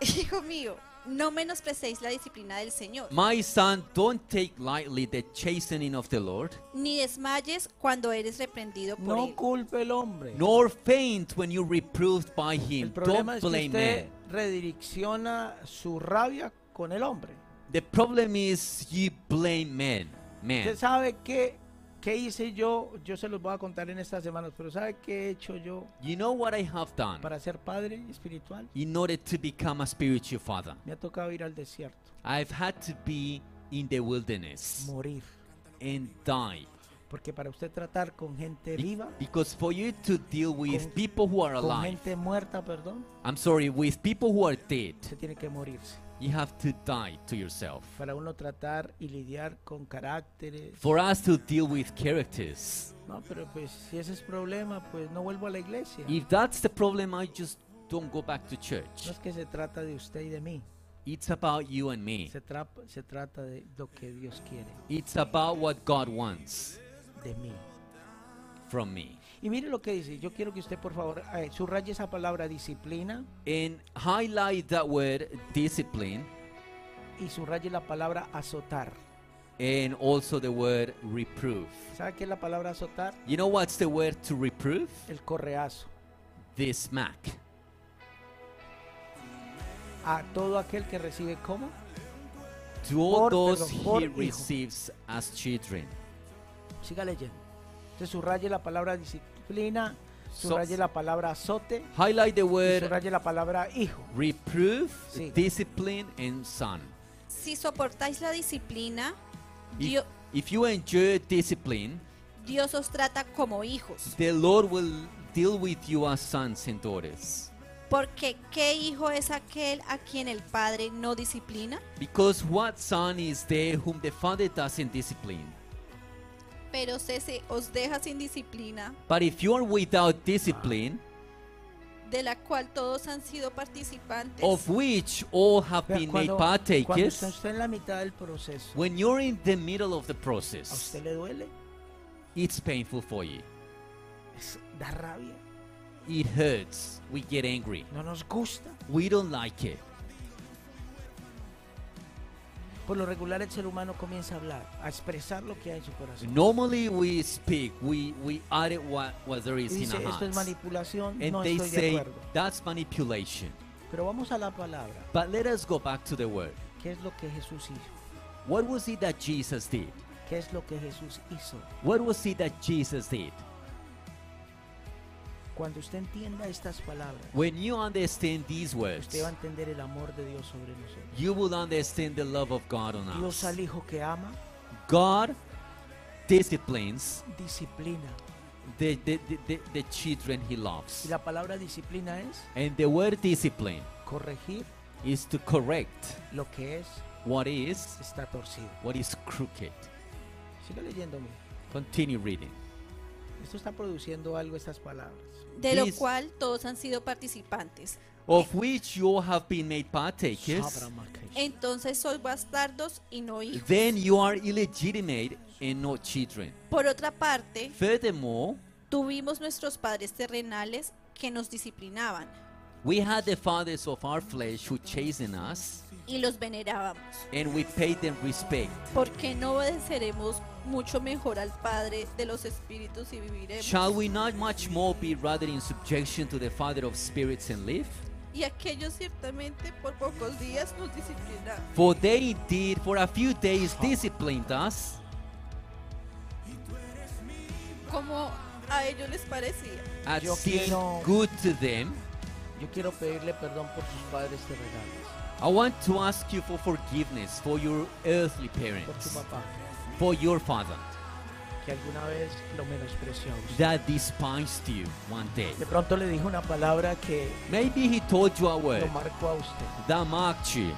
[SPEAKER 4] Hijo mío, no menosprecéis la disciplina del Señor,
[SPEAKER 3] My son, don't take lightly the chastening of the Lord,
[SPEAKER 4] ni desmayes cuando eres reprendido por
[SPEAKER 2] No
[SPEAKER 4] él.
[SPEAKER 2] culpe el hombre.
[SPEAKER 3] nor faint when you're reproved by him.
[SPEAKER 2] El problema
[SPEAKER 3] Don't
[SPEAKER 2] es que
[SPEAKER 3] blame
[SPEAKER 2] usted
[SPEAKER 3] man.
[SPEAKER 2] redirecciona su rabia con el hombre.
[SPEAKER 3] The problem is you blame men.
[SPEAKER 2] Usted
[SPEAKER 3] Man.
[SPEAKER 2] sabe que, qué hice yo, yo se los voy a contar en estas semanas, pero ¿sabe qué he hecho yo
[SPEAKER 3] You know what I have done
[SPEAKER 2] para ser padre espiritual?
[SPEAKER 3] in order to become a spiritual father?
[SPEAKER 2] Me ha tocado ir al desierto,
[SPEAKER 3] I've had to be in the wilderness
[SPEAKER 2] morir,
[SPEAKER 3] and die
[SPEAKER 2] Porque para usted tratar con gente viva,
[SPEAKER 3] Because for you to deal with
[SPEAKER 2] Con-
[SPEAKER 3] people who are
[SPEAKER 2] con
[SPEAKER 3] alive,
[SPEAKER 2] gente muerta, perdón,
[SPEAKER 3] I'm sorry, with people who are dead,
[SPEAKER 2] se tiene que morirse.
[SPEAKER 3] you have to die to yourself.
[SPEAKER 2] Para uno tratar y lidiar con caracteres.
[SPEAKER 3] For us to deal with characters,
[SPEAKER 2] No, pero pues si ese es problema, pues no vuelvo a la iglesia.
[SPEAKER 3] if that's the problem, I just don't go back to
[SPEAKER 2] No
[SPEAKER 3] church.
[SPEAKER 2] es que se trata de usted y de mí.
[SPEAKER 3] It's about you and me.
[SPEAKER 2] Se, trapa- se trata de lo que Dios quiere
[SPEAKER 3] It's about what God wants
[SPEAKER 2] de mí.
[SPEAKER 3] from me.
[SPEAKER 2] Y mire lo que dice. Yo quiero que usted, por favor, eh, subraye esa palabra disciplina
[SPEAKER 3] And highlight that word discipline
[SPEAKER 2] y subraye la palabra azotar.
[SPEAKER 3] and also the word reproof.
[SPEAKER 2] ¿Sabe qué es la palabra azotar?
[SPEAKER 3] You know what's the word to reproof?
[SPEAKER 2] El correazo.
[SPEAKER 3] The smack.
[SPEAKER 2] A todo aquel que recibe como
[SPEAKER 3] To all
[SPEAKER 2] Por-
[SPEAKER 3] those
[SPEAKER 2] perdón, por
[SPEAKER 3] he
[SPEAKER 2] hijo.
[SPEAKER 3] receives as children.
[SPEAKER 2] Siga leyendo. Entonces subraye la palabra disciplina,
[SPEAKER 3] So-
[SPEAKER 2] subraye la palabra azote,
[SPEAKER 3] Highlight the
[SPEAKER 2] y
[SPEAKER 3] word
[SPEAKER 2] subraye la palabra hijo.
[SPEAKER 3] reproof,
[SPEAKER 2] Sí.
[SPEAKER 3] discipline, and son.
[SPEAKER 4] Si soportáis la disciplina,
[SPEAKER 3] If,
[SPEAKER 4] Dio-
[SPEAKER 3] if you endure discipline,
[SPEAKER 4] Dios os trata como hijos.
[SPEAKER 3] the Lord will deal with you as sons and daughters.
[SPEAKER 4] Porque ¿qué hijo es aquel a quien el padre no disciplina?
[SPEAKER 3] Because what son is there whom the father doesn't discipline?
[SPEAKER 4] Pero si se os deja sin disciplina,
[SPEAKER 3] But if you are without discipline,
[SPEAKER 4] de la cual todos han sido participantes.
[SPEAKER 3] of which all have
[SPEAKER 2] Vea,
[SPEAKER 3] been made
[SPEAKER 2] cuando, cuando
[SPEAKER 3] partakers,
[SPEAKER 2] usted está en la mitad del proceso,
[SPEAKER 3] when you're in the middle of the
[SPEAKER 2] ¿a
[SPEAKER 3] process,
[SPEAKER 2] usted le duele?
[SPEAKER 3] it's painful for you.
[SPEAKER 2] Es- da rabia,
[SPEAKER 3] It hurts. We get angry.
[SPEAKER 2] no nos gusta.
[SPEAKER 3] We don't like it.
[SPEAKER 2] Por lo regular el ser humano comienza a hablar, a expresar lo que hay en su corazón.
[SPEAKER 3] Normally we speak, we we add it what, what there
[SPEAKER 2] Y
[SPEAKER 3] is in
[SPEAKER 2] dice,
[SPEAKER 3] our
[SPEAKER 2] esto es
[SPEAKER 3] hearts.
[SPEAKER 2] manipulación,
[SPEAKER 3] And
[SPEAKER 2] no
[SPEAKER 3] they
[SPEAKER 2] estoy de
[SPEAKER 3] say
[SPEAKER 2] acuerdo.
[SPEAKER 3] that's manipulation.
[SPEAKER 2] Pero vamos a la palabra.
[SPEAKER 3] But let us go back to the word.
[SPEAKER 2] ¿Qué es lo que Jesús hizo?
[SPEAKER 3] What was it that Jesus did?
[SPEAKER 2] ¿Qué es lo que Jesús hizo?
[SPEAKER 3] What was it that Jesus did?
[SPEAKER 2] Cuando usted entienda estas palabras,
[SPEAKER 3] When you understand these words,
[SPEAKER 2] usted va a entender el amor de Dios sobre nosotros.
[SPEAKER 3] you will understand the love of God on
[SPEAKER 2] Dios
[SPEAKER 3] us.
[SPEAKER 2] al hijo que ama,
[SPEAKER 3] God disciplines
[SPEAKER 2] disciplina.
[SPEAKER 3] the, the, the, the, the children he
[SPEAKER 2] Y
[SPEAKER 3] loves.
[SPEAKER 2] la palabra disciplina es
[SPEAKER 3] And the word discipline
[SPEAKER 2] corregir
[SPEAKER 3] is to correct
[SPEAKER 2] lo que es,
[SPEAKER 3] what is,
[SPEAKER 2] está torcido.
[SPEAKER 3] what is crooked.
[SPEAKER 2] Siga leyendo, mire.
[SPEAKER 3] Continue reading.
[SPEAKER 2] Esto está produciendo algo estas palabras.
[SPEAKER 4] de lo
[SPEAKER 3] Dice-
[SPEAKER 4] cual todos han sido participantes.
[SPEAKER 3] Of which you all have been made partakers,
[SPEAKER 2] Sabramakesh.
[SPEAKER 4] Entonces sois bastardos y no hijos.
[SPEAKER 3] then you are illegitimate and not children.
[SPEAKER 4] Por otra parte,
[SPEAKER 3] Furthermore,
[SPEAKER 4] tuvimos nuestros padres terrenales que nos disciplinaban
[SPEAKER 3] we had the fathers of our flesh who chastened us,
[SPEAKER 4] y los venerábamos.
[SPEAKER 3] and we paid them respect.
[SPEAKER 4] ¿Por qué no obedeceremos mucho mejor al Padre de los Espíritus y viviremos?
[SPEAKER 3] Shall we not much more be rather in subjection to the Father of spirits and live?
[SPEAKER 4] Y aquellos ciertamente por pocos días nos disciplinaron,
[SPEAKER 3] For they indeed for a few days disciplined us,
[SPEAKER 4] como a ellos les parecía.
[SPEAKER 3] as
[SPEAKER 2] Yo
[SPEAKER 3] seemed
[SPEAKER 2] quiero-
[SPEAKER 3] good to them.
[SPEAKER 2] Yo quiero pedirle perdón por sus padres terrenales,
[SPEAKER 3] I want to ask you for forgiveness for your earthly
[SPEAKER 2] por su
[SPEAKER 3] parents,
[SPEAKER 2] papá,
[SPEAKER 3] for your father.
[SPEAKER 2] que alguna vez lo menospreció. a usted.
[SPEAKER 3] that despised you one day.
[SPEAKER 2] De pronto le dijo una palabra que
[SPEAKER 3] Maybe he told you a
[SPEAKER 2] lo
[SPEAKER 3] word
[SPEAKER 2] marcó a usted.
[SPEAKER 3] that marked you.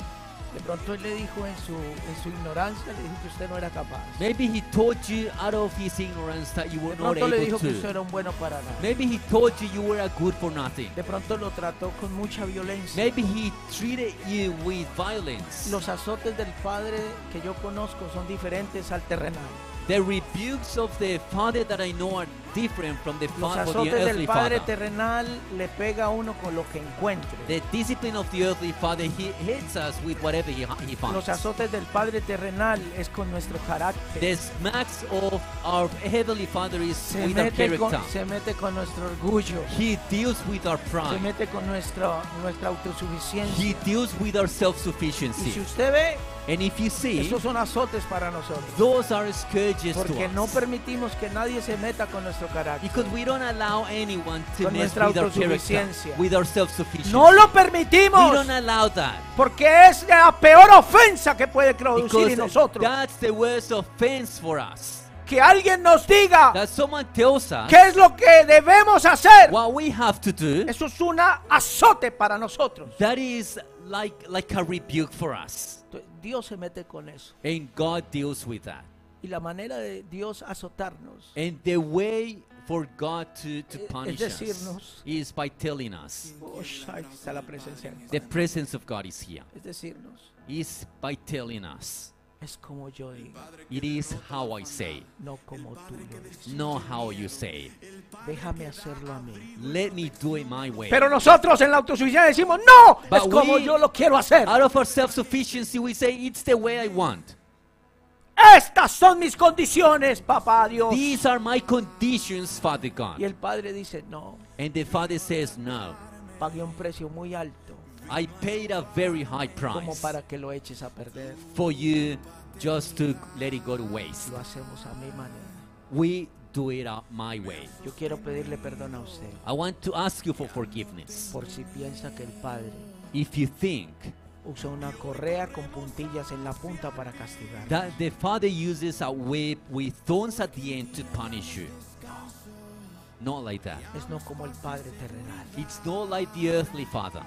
[SPEAKER 2] De pronto él le dijo en su, en su ignorancia, le dijo que usted no era capaz.
[SPEAKER 3] Maybe he told you out of his ignorance that you
[SPEAKER 2] De
[SPEAKER 3] were not
[SPEAKER 2] pronto le dijo
[SPEAKER 3] able
[SPEAKER 2] que usted
[SPEAKER 3] to.
[SPEAKER 2] era un bueno para nada.
[SPEAKER 3] Maybe he told you you were a good for nothing.
[SPEAKER 2] De pronto lo trató con mucha violencia.
[SPEAKER 3] Maybe he treated you with violence.
[SPEAKER 2] Los azotes del Padre que yo conozco son diferentes al terrenal.
[SPEAKER 3] The rebukes of the father that I know are different from the
[SPEAKER 2] Los
[SPEAKER 3] father of the
[SPEAKER 2] azotes del
[SPEAKER 3] earthly
[SPEAKER 2] Padre
[SPEAKER 3] father.
[SPEAKER 2] terrenal le pega a uno con lo que encuentre.
[SPEAKER 3] The discipline of the earthly father, he hits us with whatever he, he
[SPEAKER 2] Los
[SPEAKER 3] finds.
[SPEAKER 2] azotes del Padre terrenal es con nuestro
[SPEAKER 3] The
[SPEAKER 2] carácter.
[SPEAKER 3] smacks of our heavenly father is
[SPEAKER 2] Se
[SPEAKER 3] with our
[SPEAKER 2] mete, con,
[SPEAKER 3] character.
[SPEAKER 2] se mete con nuestro orgullo.
[SPEAKER 3] He deals with our
[SPEAKER 2] Se
[SPEAKER 3] pride.
[SPEAKER 2] mete con nuestra, nuestra autosuficiencia.
[SPEAKER 3] He deals with our
[SPEAKER 2] Y si
[SPEAKER 3] self-sufficiency.
[SPEAKER 2] usted ve,
[SPEAKER 3] And if you see,
[SPEAKER 2] esos son azotes para nosotros.
[SPEAKER 3] those are scourges
[SPEAKER 2] Porque
[SPEAKER 3] to
[SPEAKER 2] no
[SPEAKER 3] us.
[SPEAKER 2] permitimos que nadie se meta con nuestro carácter.
[SPEAKER 3] Because we don't allow anyone to
[SPEAKER 2] Con
[SPEAKER 3] mess
[SPEAKER 2] nuestra
[SPEAKER 3] with our character,
[SPEAKER 2] autosuficiencia.
[SPEAKER 3] with our self-sufficiency.
[SPEAKER 2] No lo
[SPEAKER 3] we
[SPEAKER 2] permitimos.
[SPEAKER 3] don't allow that.
[SPEAKER 2] Porque es la peor ofensa que puede producir en
[SPEAKER 3] Because
[SPEAKER 2] nosotros.
[SPEAKER 3] that's the worst offense for us.
[SPEAKER 2] que alguien nos diga
[SPEAKER 3] that someone tells us
[SPEAKER 2] qué es lo que debemos hacer.
[SPEAKER 3] what we have to do,
[SPEAKER 2] Eso es un azote para nosotros.
[SPEAKER 3] that is like, like a rebuke for us.
[SPEAKER 2] Entonces, Dios se mete con eso.
[SPEAKER 3] And God deals with that.
[SPEAKER 2] Y la manera de Dios azotarnos
[SPEAKER 3] And the way for God to, to
[SPEAKER 2] Es
[SPEAKER 3] punish
[SPEAKER 2] E, decirnos-
[SPEAKER 3] us is by telling us.
[SPEAKER 2] Ush, ahí está la presencia. de
[SPEAKER 3] The
[SPEAKER 2] Dios.
[SPEAKER 3] presence of God is here.
[SPEAKER 2] Es decirnos,
[SPEAKER 3] Is by telling us.
[SPEAKER 2] es como yo digo,
[SPEAKER 3] It is how I say,
[SPEAKER 2] no como tú lo dices.
[SPEAKER 3] not how you say. it.
[SPEAKER 2] Déjame hacerlo a mí.
[SPEAKER 3] Let me do it my way.
[SPEAKER 2] Pero nosotros en la autosuficiencia decimos, no,
[SPEAKER 3] But
[SPEAKER 2] es como
[SPEAKER 3] we-
[SPEAKER 2] yo lo quiero hacer.
[SPEAKER 3] Out of our self sufficiency, we say, It's the way I want.
[SPEAKER 2] Estas son mis condiciones, papá Dios.
[SPEAKER 3] These are my conditions, Father God.
[SPEAKER 2] Y el padre dice, no,
[SPEAKER 3] And the Father says, No.
[SPEAKER 2] pagué un precio muy alto
[SPEAKER 3] I paid a very high
[SPEAKER 2] como
[SPEAKER 3] price
[SPEAKER 2] para que lo eches a perder.
[SPEAKER 3] for you just to let it go to waste.
[SPEAKER 2] Lo hacemos a mi manera.
[SPEAKER 3] We do it out my way.
[SPEAKER 2] Yo quiero pedirle perdón a usted
[SPEAKER 3] I want to ask you for forgiveness.
[SPEAKER 2] por si piensa que el padre
[SPEAKER 3] If you think
[SPEAKER 2] usa una correa con puntillas en la punta para castigar.
[SPEAKER 3] that the Father uses a whip with thorns at the end to punish you, not like that.
[SPEAKER 2] Es no como el Padre terrenal.
[SPEAKER 3] It's not like the earthly Father.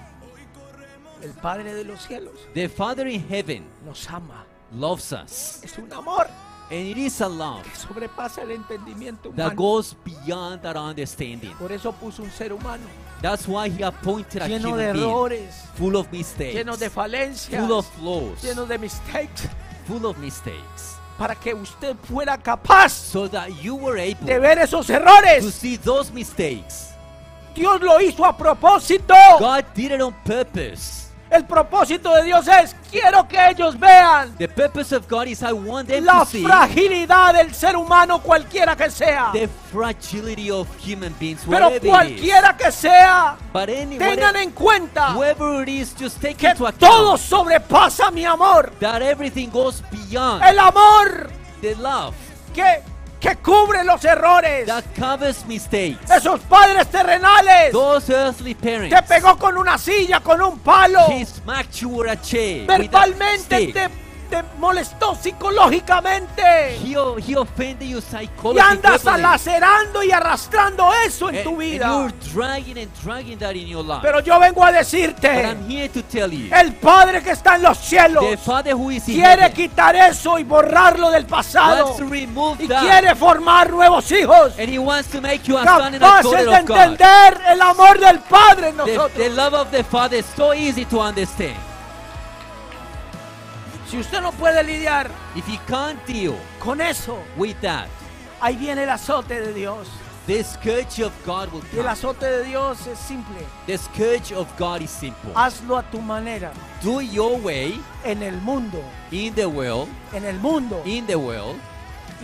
[SPEAKER 2] El Padre de los cielos
[SPEAKER 3] The Father in heaven
[SPEAKER 2] nos ama.
[SPEAKER 3] loves us,
[SPEAKER 2] Es un amor
[SPEAKER 3] and it is a love
[SPEAKER 2] que sobrepasa el entendimiento
[SPEAKER 3] that
[SPEAKER 2] humano.
[SPEAKER 3] goes beyond our understanding.
[SPEAKER 2] Por eso puso un ser humano
[SPEAKER 3] That's why He appointed a
[SPEAKER 2] lleno de
[SPEAKER 3] human being
[SPEAKER 2] errores,
[SPEAKER 3] full of mistakes,
[SPEAKER 2] lleno de falencias,
[SPEAKER 3] full of flaws,
[SPEAKER 2] lleno de mistakes,
[SPEAKER 3] full of mistakes,
[SPEAKER 2] para que usted fuera capaz
[SPEAKER 3] so that you were able
[SPEAKER 2] de ver esos
[SPEAKER 3] to
[SPEAKER 2] errores.
[SPEAKER 3] see those mistakes.
[SPEAKER 2] Dios lo hizo a propósito.
[SPEAKER 3] God did it on purpose.
[SPEAKER 2] El propósito de Dios es, quiero que ellos vean
[SPEAKER 3] The purpose of God is I want them
[SPEAKER 2] la
[SPEAKER 3] to see
[SPEAKER 2] fragilidad del ser humano cualquiera que sea.
[SPEAKER 3] the fragility of human beings,
[SPEAKER 2] Pero
[SPEAKER 3] whatever it is.
[SPEAKER 2] cualquiera que sea,
[SPEAKER 3] But any,
[SPEAKER 2] tengan
[SPEAKER 3] whatever,
[SPEAKER 2] en cuenta
[SPEAKER 3] whoever it is, just take
[SPEAKER 2] que
[SPEAKER 3] into account
[SPEAKER 2] todo sobrepasa mi amor.
[SPEAKER 3] that everything goes beyond
[SPEAKER 2] El amor
[SPEAKER 3] the love
[SPEAKER 2] que, que cubre los errores.
[SPEAKER 3] that covers mistakes.
[SPEAKER 2] Esos padres terrenales.
[SPEAKER 3] Those earthly parents,
[SPEAKER 2] Te pegó con una silla, con un palo.
[SPEAKER 3] he smacked you with a chair, with a
[SPEAKER 2] Verbalmente
[SPEAKER 3] stick.
[SPEAKER 2] te, te molestó psicológicamente.
[SPEAKER 3] He, o- he offended you
[SPEAKER 2] Y andas
[SPEAKER 3] psychologically.
[SPEAKER 2] alacerando y arrastrando eso Eh, en
[SPEAKER 3] And-
[SPEAKER 2] tu
[SPEAKER 3] and
[SPEAKER 2] vida.
[SPEAKER 3] you're dragging and dragging that in your life.
[SPEAKER 2] Pero eh. yo vengo a
[SPEAKER 3] But
[SPEAKER 2] decirte,
[SPEAKER 3] I'm here to tell you,
[SPEAKER 2] el Padre que está en los cielos
[SPEAKER 3] the Father who is in
[SPEAKER 2] quiere
[SPEAKER 3] heaven
[SPEAKER 2] quitar eso y borrarlo del pasado.
[SPEAKER 3] wants to remove
[SPEAKER 2] Y
[SPEAKER 3] that.
[SPEAKER 2] quiere formar nuevos hijos.
[SPEAKER 3] And he wants to make you a son and a
[SPEAKER 2] capaces
[SPEAKER 3] daughter
[SPEAKER 2] de
[SPEAKER 3] of God.
[SPEAKER 2] entender el amor del Padre en
[SPEAKER 3] The, the
[SPEAKER 2] nosotros.
[SPEAKER 3] love of the Father is so easy to understand.
[SPEAKER 2] Si usted no puede lidiar
[SPEAKER 3] If you can't deal
[SPEAKER 2] con eso,
[SPEAKER 3] with that,
[SPEAKER 2] ahí viene el azote de Dios.
[SPEAKER 3] the scourge of God will
[SPEAKER 2] Y el
[SPEAKER 3] come.
[SPEAKER 2] azote de Dios es simple.
[SPEAKER 3] The scourge of God is simple.
[SPEAKER 2] Hazlo a tu manera,
[SPEAKER 3] Do it your way
[SPEAKER 2] en el mundo,
[SPEAKER 3] in the world,
[SPEAKER 2] en el mundo.
[SPEAKER 3] in the world,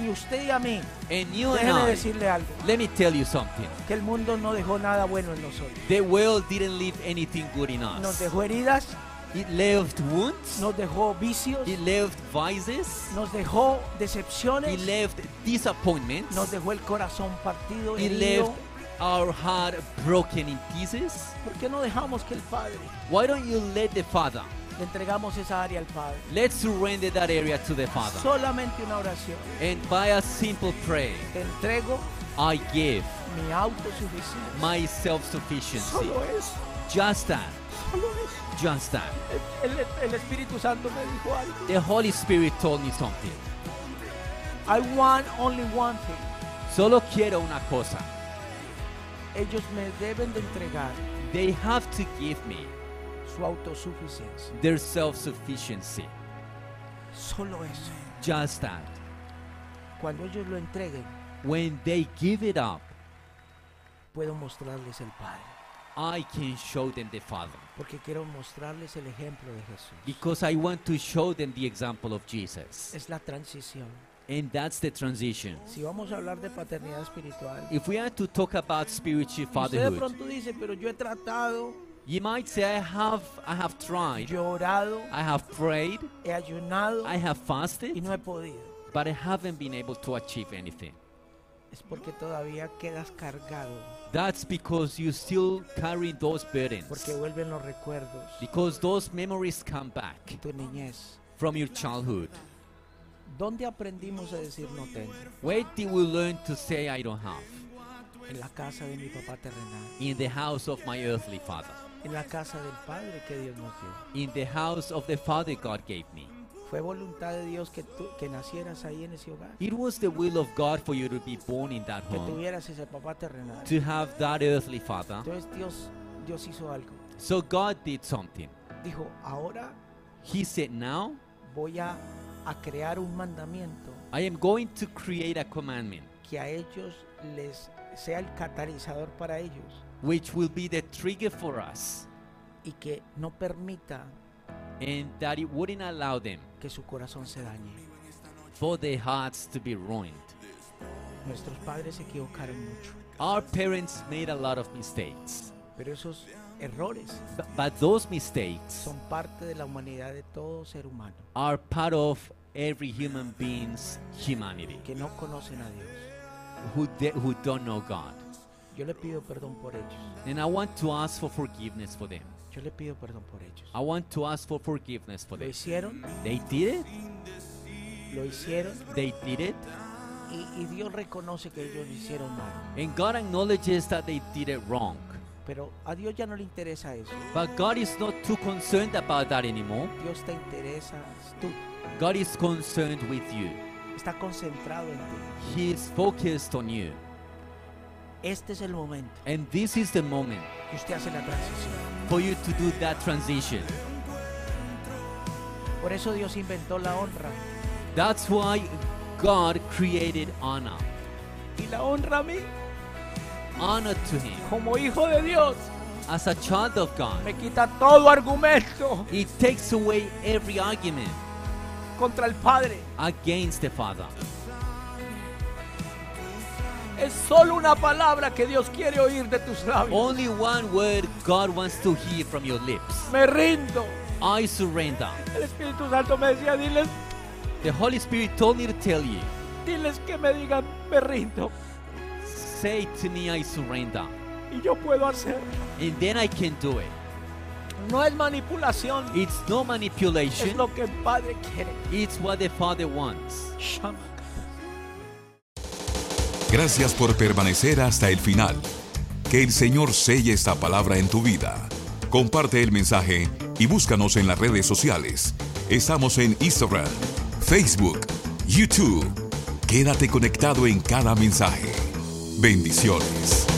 [SPEAKER 2] Y usted y a mí,
[SPEAKER 3] and you and
[SPEAKER 2] déjeme
[SPEAKER 3] I.
[SPEAKER 2] decirle algo,
[SPEAKER 3] Let me tell you something.
[SPEAKER 2] que el mundo no dejó nada bueno en nosotros.
[SPEAKER 3] The world didn't leave anything good in
[SPEAKER 2] Nos
[SPEAKER 3] us.
[SPEAKER 2] dejó heridas,
[SPEAKER 3] It left wounds.
[SPEAKER 2] nos dejó vicios,
[SPEAKER 3] It left vices.
[SPEAKER 2] nos dejó
[SPEAKER 3] It
[SPEAKER 2] decepciones,
[SPEAKER 3] left disappointments.
[SPEAKER 2] nos dejó el corazón partido,
[SPEAKER 3] It
[SPEAKER 2] herido.
[SPEAKER 3] left our heart broken in pieces.
[SPEAKER 2] ¿Por qué no dejamos que el Padre
[SPEAKER 3] Why don't you let the Father?
[SPEAKER 2] le entregamos esa área al Padre?
[SPEAKER 3] Let's surrender that area to the Father.
[SPEAKER 2] Solamente una oración.
[SPEAKER 3] And by a simple prayer,
[SPEAKER 2] Te entrego
[SPEAKER 3] I give
[SPEAKER 2] mi autosuficiencia.
[SPEAKER 3] my self sufficiency.
[SPEAKER 2] Solo eso,
[SPEAKER 3] Just that.
[SPEAKER 2] solo eso.
[SPEAKER 3] Just that.
[SPEAKER 2] El, el- el Espíritu Santo me dijo algo.
[SPEAKER 3] The Holy Spirit told me something.
[SPEAKER 2] I want only one thing.
[SPEAKER 3] Solo quiero una cosa.
[SPEAKER 2] Ellos me deben de entregar
[SPEAKER 3] They have to give me
[SPEAKER 2] su autosuficiencia.
[SPEAKER 3] their self sufficiency.
[SPEAKER 2] Solo eso.
[SPEAKER 3] Just that.
[SPEAKER 2] Cuando ellos lo entreguen,
[SPEAKER 3] When they give it up,
[SPEAKER 2] puedo mostrarles el Padre.
[SPEAKER 3] I can show them the Father.
[SPEAKER 2] Porque quiero mostrarles el ejemplo de Jesús.
[SPEAKER 3] Because I want to show them the example of Jesus.
[SPEAKER 2] Es la transición.
[SPEAKER 3] And that's the transition.
[SPEAKER 2] Si vamos a hablar de paternidad espiritual,
[SPEAKER 3] If we are to talk about spiritual
[SPEAKER 2] y usted de
[SPEAKER 3] fatherhood,
[SPEAKER 2] pronto dice, pero yo he tratado,
[SPEAKER 3] you might say, I have, I have tried,
[SPEAKER 2] yo he orado,
[SPEAKER 3] I have prayed,
[SPEAKER 2] he ayunado
[SPEAKER 3] I have
[SPEAKER 2] y
[SPEAKER 3] fasted,
[SPEAKER 2] no he podido.
[SPEAKER 3] but I haven't been able to achieve anything.
[SPEAKER 2] Es porque todavía quedas cargado,
[SPEAKER 3] That's because you still carry those
[SPEAKER 2] porque
[SPEAKER 3] burdens.
[SPEAKER 2] vuelven los recuerdos
[SPEAKER 3] Because those memories come back
[SPEAKER 2] de tu niñez,
[SPEAKER 3] from your childhood,
[SPEAKER 2] ¿Dónde aprendimos a decir no tengo?
[SPEAKER 3] Where did we learn to say I don't have?
[SPEAKER 2] En la casa de mi papá terrenal,
[SPEAKER 3] In the house of my earthly father.
[SPEAKER 2] en la casa del Padre que Dios nos dio.
[SPEAKER 3] In the house of the father God gave me.
[SPEAKER 2] Fue voluntad de Dios que tú que nacieras ahí en ese hogar,
[SPEAKER 3] It was the will of God for you to be born in that
[SPEAKER 2] que
[SPEAKER 3] home,
[SPEAKER 2] tuvieras ese papá terrenal.
[SPEAKER 3] to have that earthly father.
[SPEAKER 2] Entonces Dios Dios hizo algo.
[SPEAKER 3] So God did something.
[SPEAKER 2] Dijo, "Ahora
[SPEAKER 3] He said, Now
[SPEAKER 2] voy a, a crear un mandamiento
[SPEAKER 3] I am going to create a commandment
[SPEAKER 2] que a ellos les sea el catalizador para ellos
[SPEAKER 3] which will be the trigger for us
[SPEAKER 2] y que no permita
[SPEAKER 3] and that it wouldn't allow them
[SPEAKER 2] que su corazón se dañe.
[SPEAKER 3] for their hearts to be ruined.
[SPEAKER 2] Nuestros padres se equivocaron mucho,
[SPEAKER 3] Our parents made a lot of mistakes,
[SPEAKER 2] pero esos errores
[SPEAKER 3] bu- but those mistakes
[SPEAKER 2] son parte de la humanidad de todo ser humano
[SPEAKER 3] are part of every human being's humanity
[SPEAKER 2] que no conocen a Dios.
[SPEAKER 3] who, de- who don't know God.
[SPEAKER 2] Yo le pido perdón por ellos.
[SPEAKER 3] And I want to ask for forgiveness for them.
[SPEAKER 2] Yo le pido perdón por ellos.
[SPEAKER 3] I want to ask for forgiveness for
[SPEAKER 2] Lo
[SPEAKER 3] them.
[SPEAKER 2] hicieron,
[SPEAKER 3] They did it.
[SPEAKER 2] lo hicieron
[SPEAKER 3] They did it.
[SPEAKER 2] y, y Dios reconoce que ellos lo hicieron mal.
[SPEAKER 3] And God acknowledges that they did it wrong.
[SPEAKER 2] Pero a Dios ya no le interesa eso.
[SPEAKER 3] But God is not too concerned about that anymore.
[SPEAKER 2] Dios te interesa tú.
[SPEAKER 3] God is concerned with you.
[SPEAKER 2] Está concentrado en ti.
[SPEAKER 3] He is focused on you.
[SPEAKER 2] Este es el momento
[SPEAKER 3] And this is the moment
[SPEAKER 2] que usted hace la transición.
[SPEAKER 3] for you to do that transition.
[SPEAKER 2] Por eso Dios inventó la honra.
[SPEAKER 3] That's why God created honor.
[SPEAKER 2] Y la honra a mí,
[SPEAKER 3] Honor to Him.
[SPEAKER 2] como hijo de Dios,
[SPEAKER 3] As a child of God,
[SPEAKER 2] me quita todo argumento
[SPEAKER 3] it takes away every argument
[SPEAKER 2] contra el Padre.
[SPEAKER 3] against the Father.
[SPEAKER 2] Es solo una palabra que Dios quiere oír de tus labios.
[SPEAKER 3] Only one word God wants to hear from your lips.
[SPEAKER 2] Me rindo.
[SPEAKER 3] I surrender.
[SPEAKER 2] El Espíritu Santo me decía, diles,
[SPEAKER 3] The Holy Spirit told me to tell you,
[SPEAKER 2] diles que me digan, me rindo.
[SPEAKER 3] say to me, I surrender.
[SPEAKER 2] Y yo puedo hacer.
[SPEAKER 3] And then I can do it.
[SPEAKER 2] No es manipulación,
[SPEAKER 3] It's no
[SPEAKER 2] es
[SPEAKER 3] manipulation.
[SPEAKER 2] lo que el Padre quiere.
[SPEAKER 3] It's what the Father wants.
[SPEAKER 2] Shama.
[SPEAKER 1] Gracias por permanecer hasta el final. Que el Señor selle esta palabra en tu vida. Comparte el mensaje y búscanos en las redes sociales. Estamos en Instagram, Facebook, YouTube. Quédate conectado en cada mensaje. Bendiciones.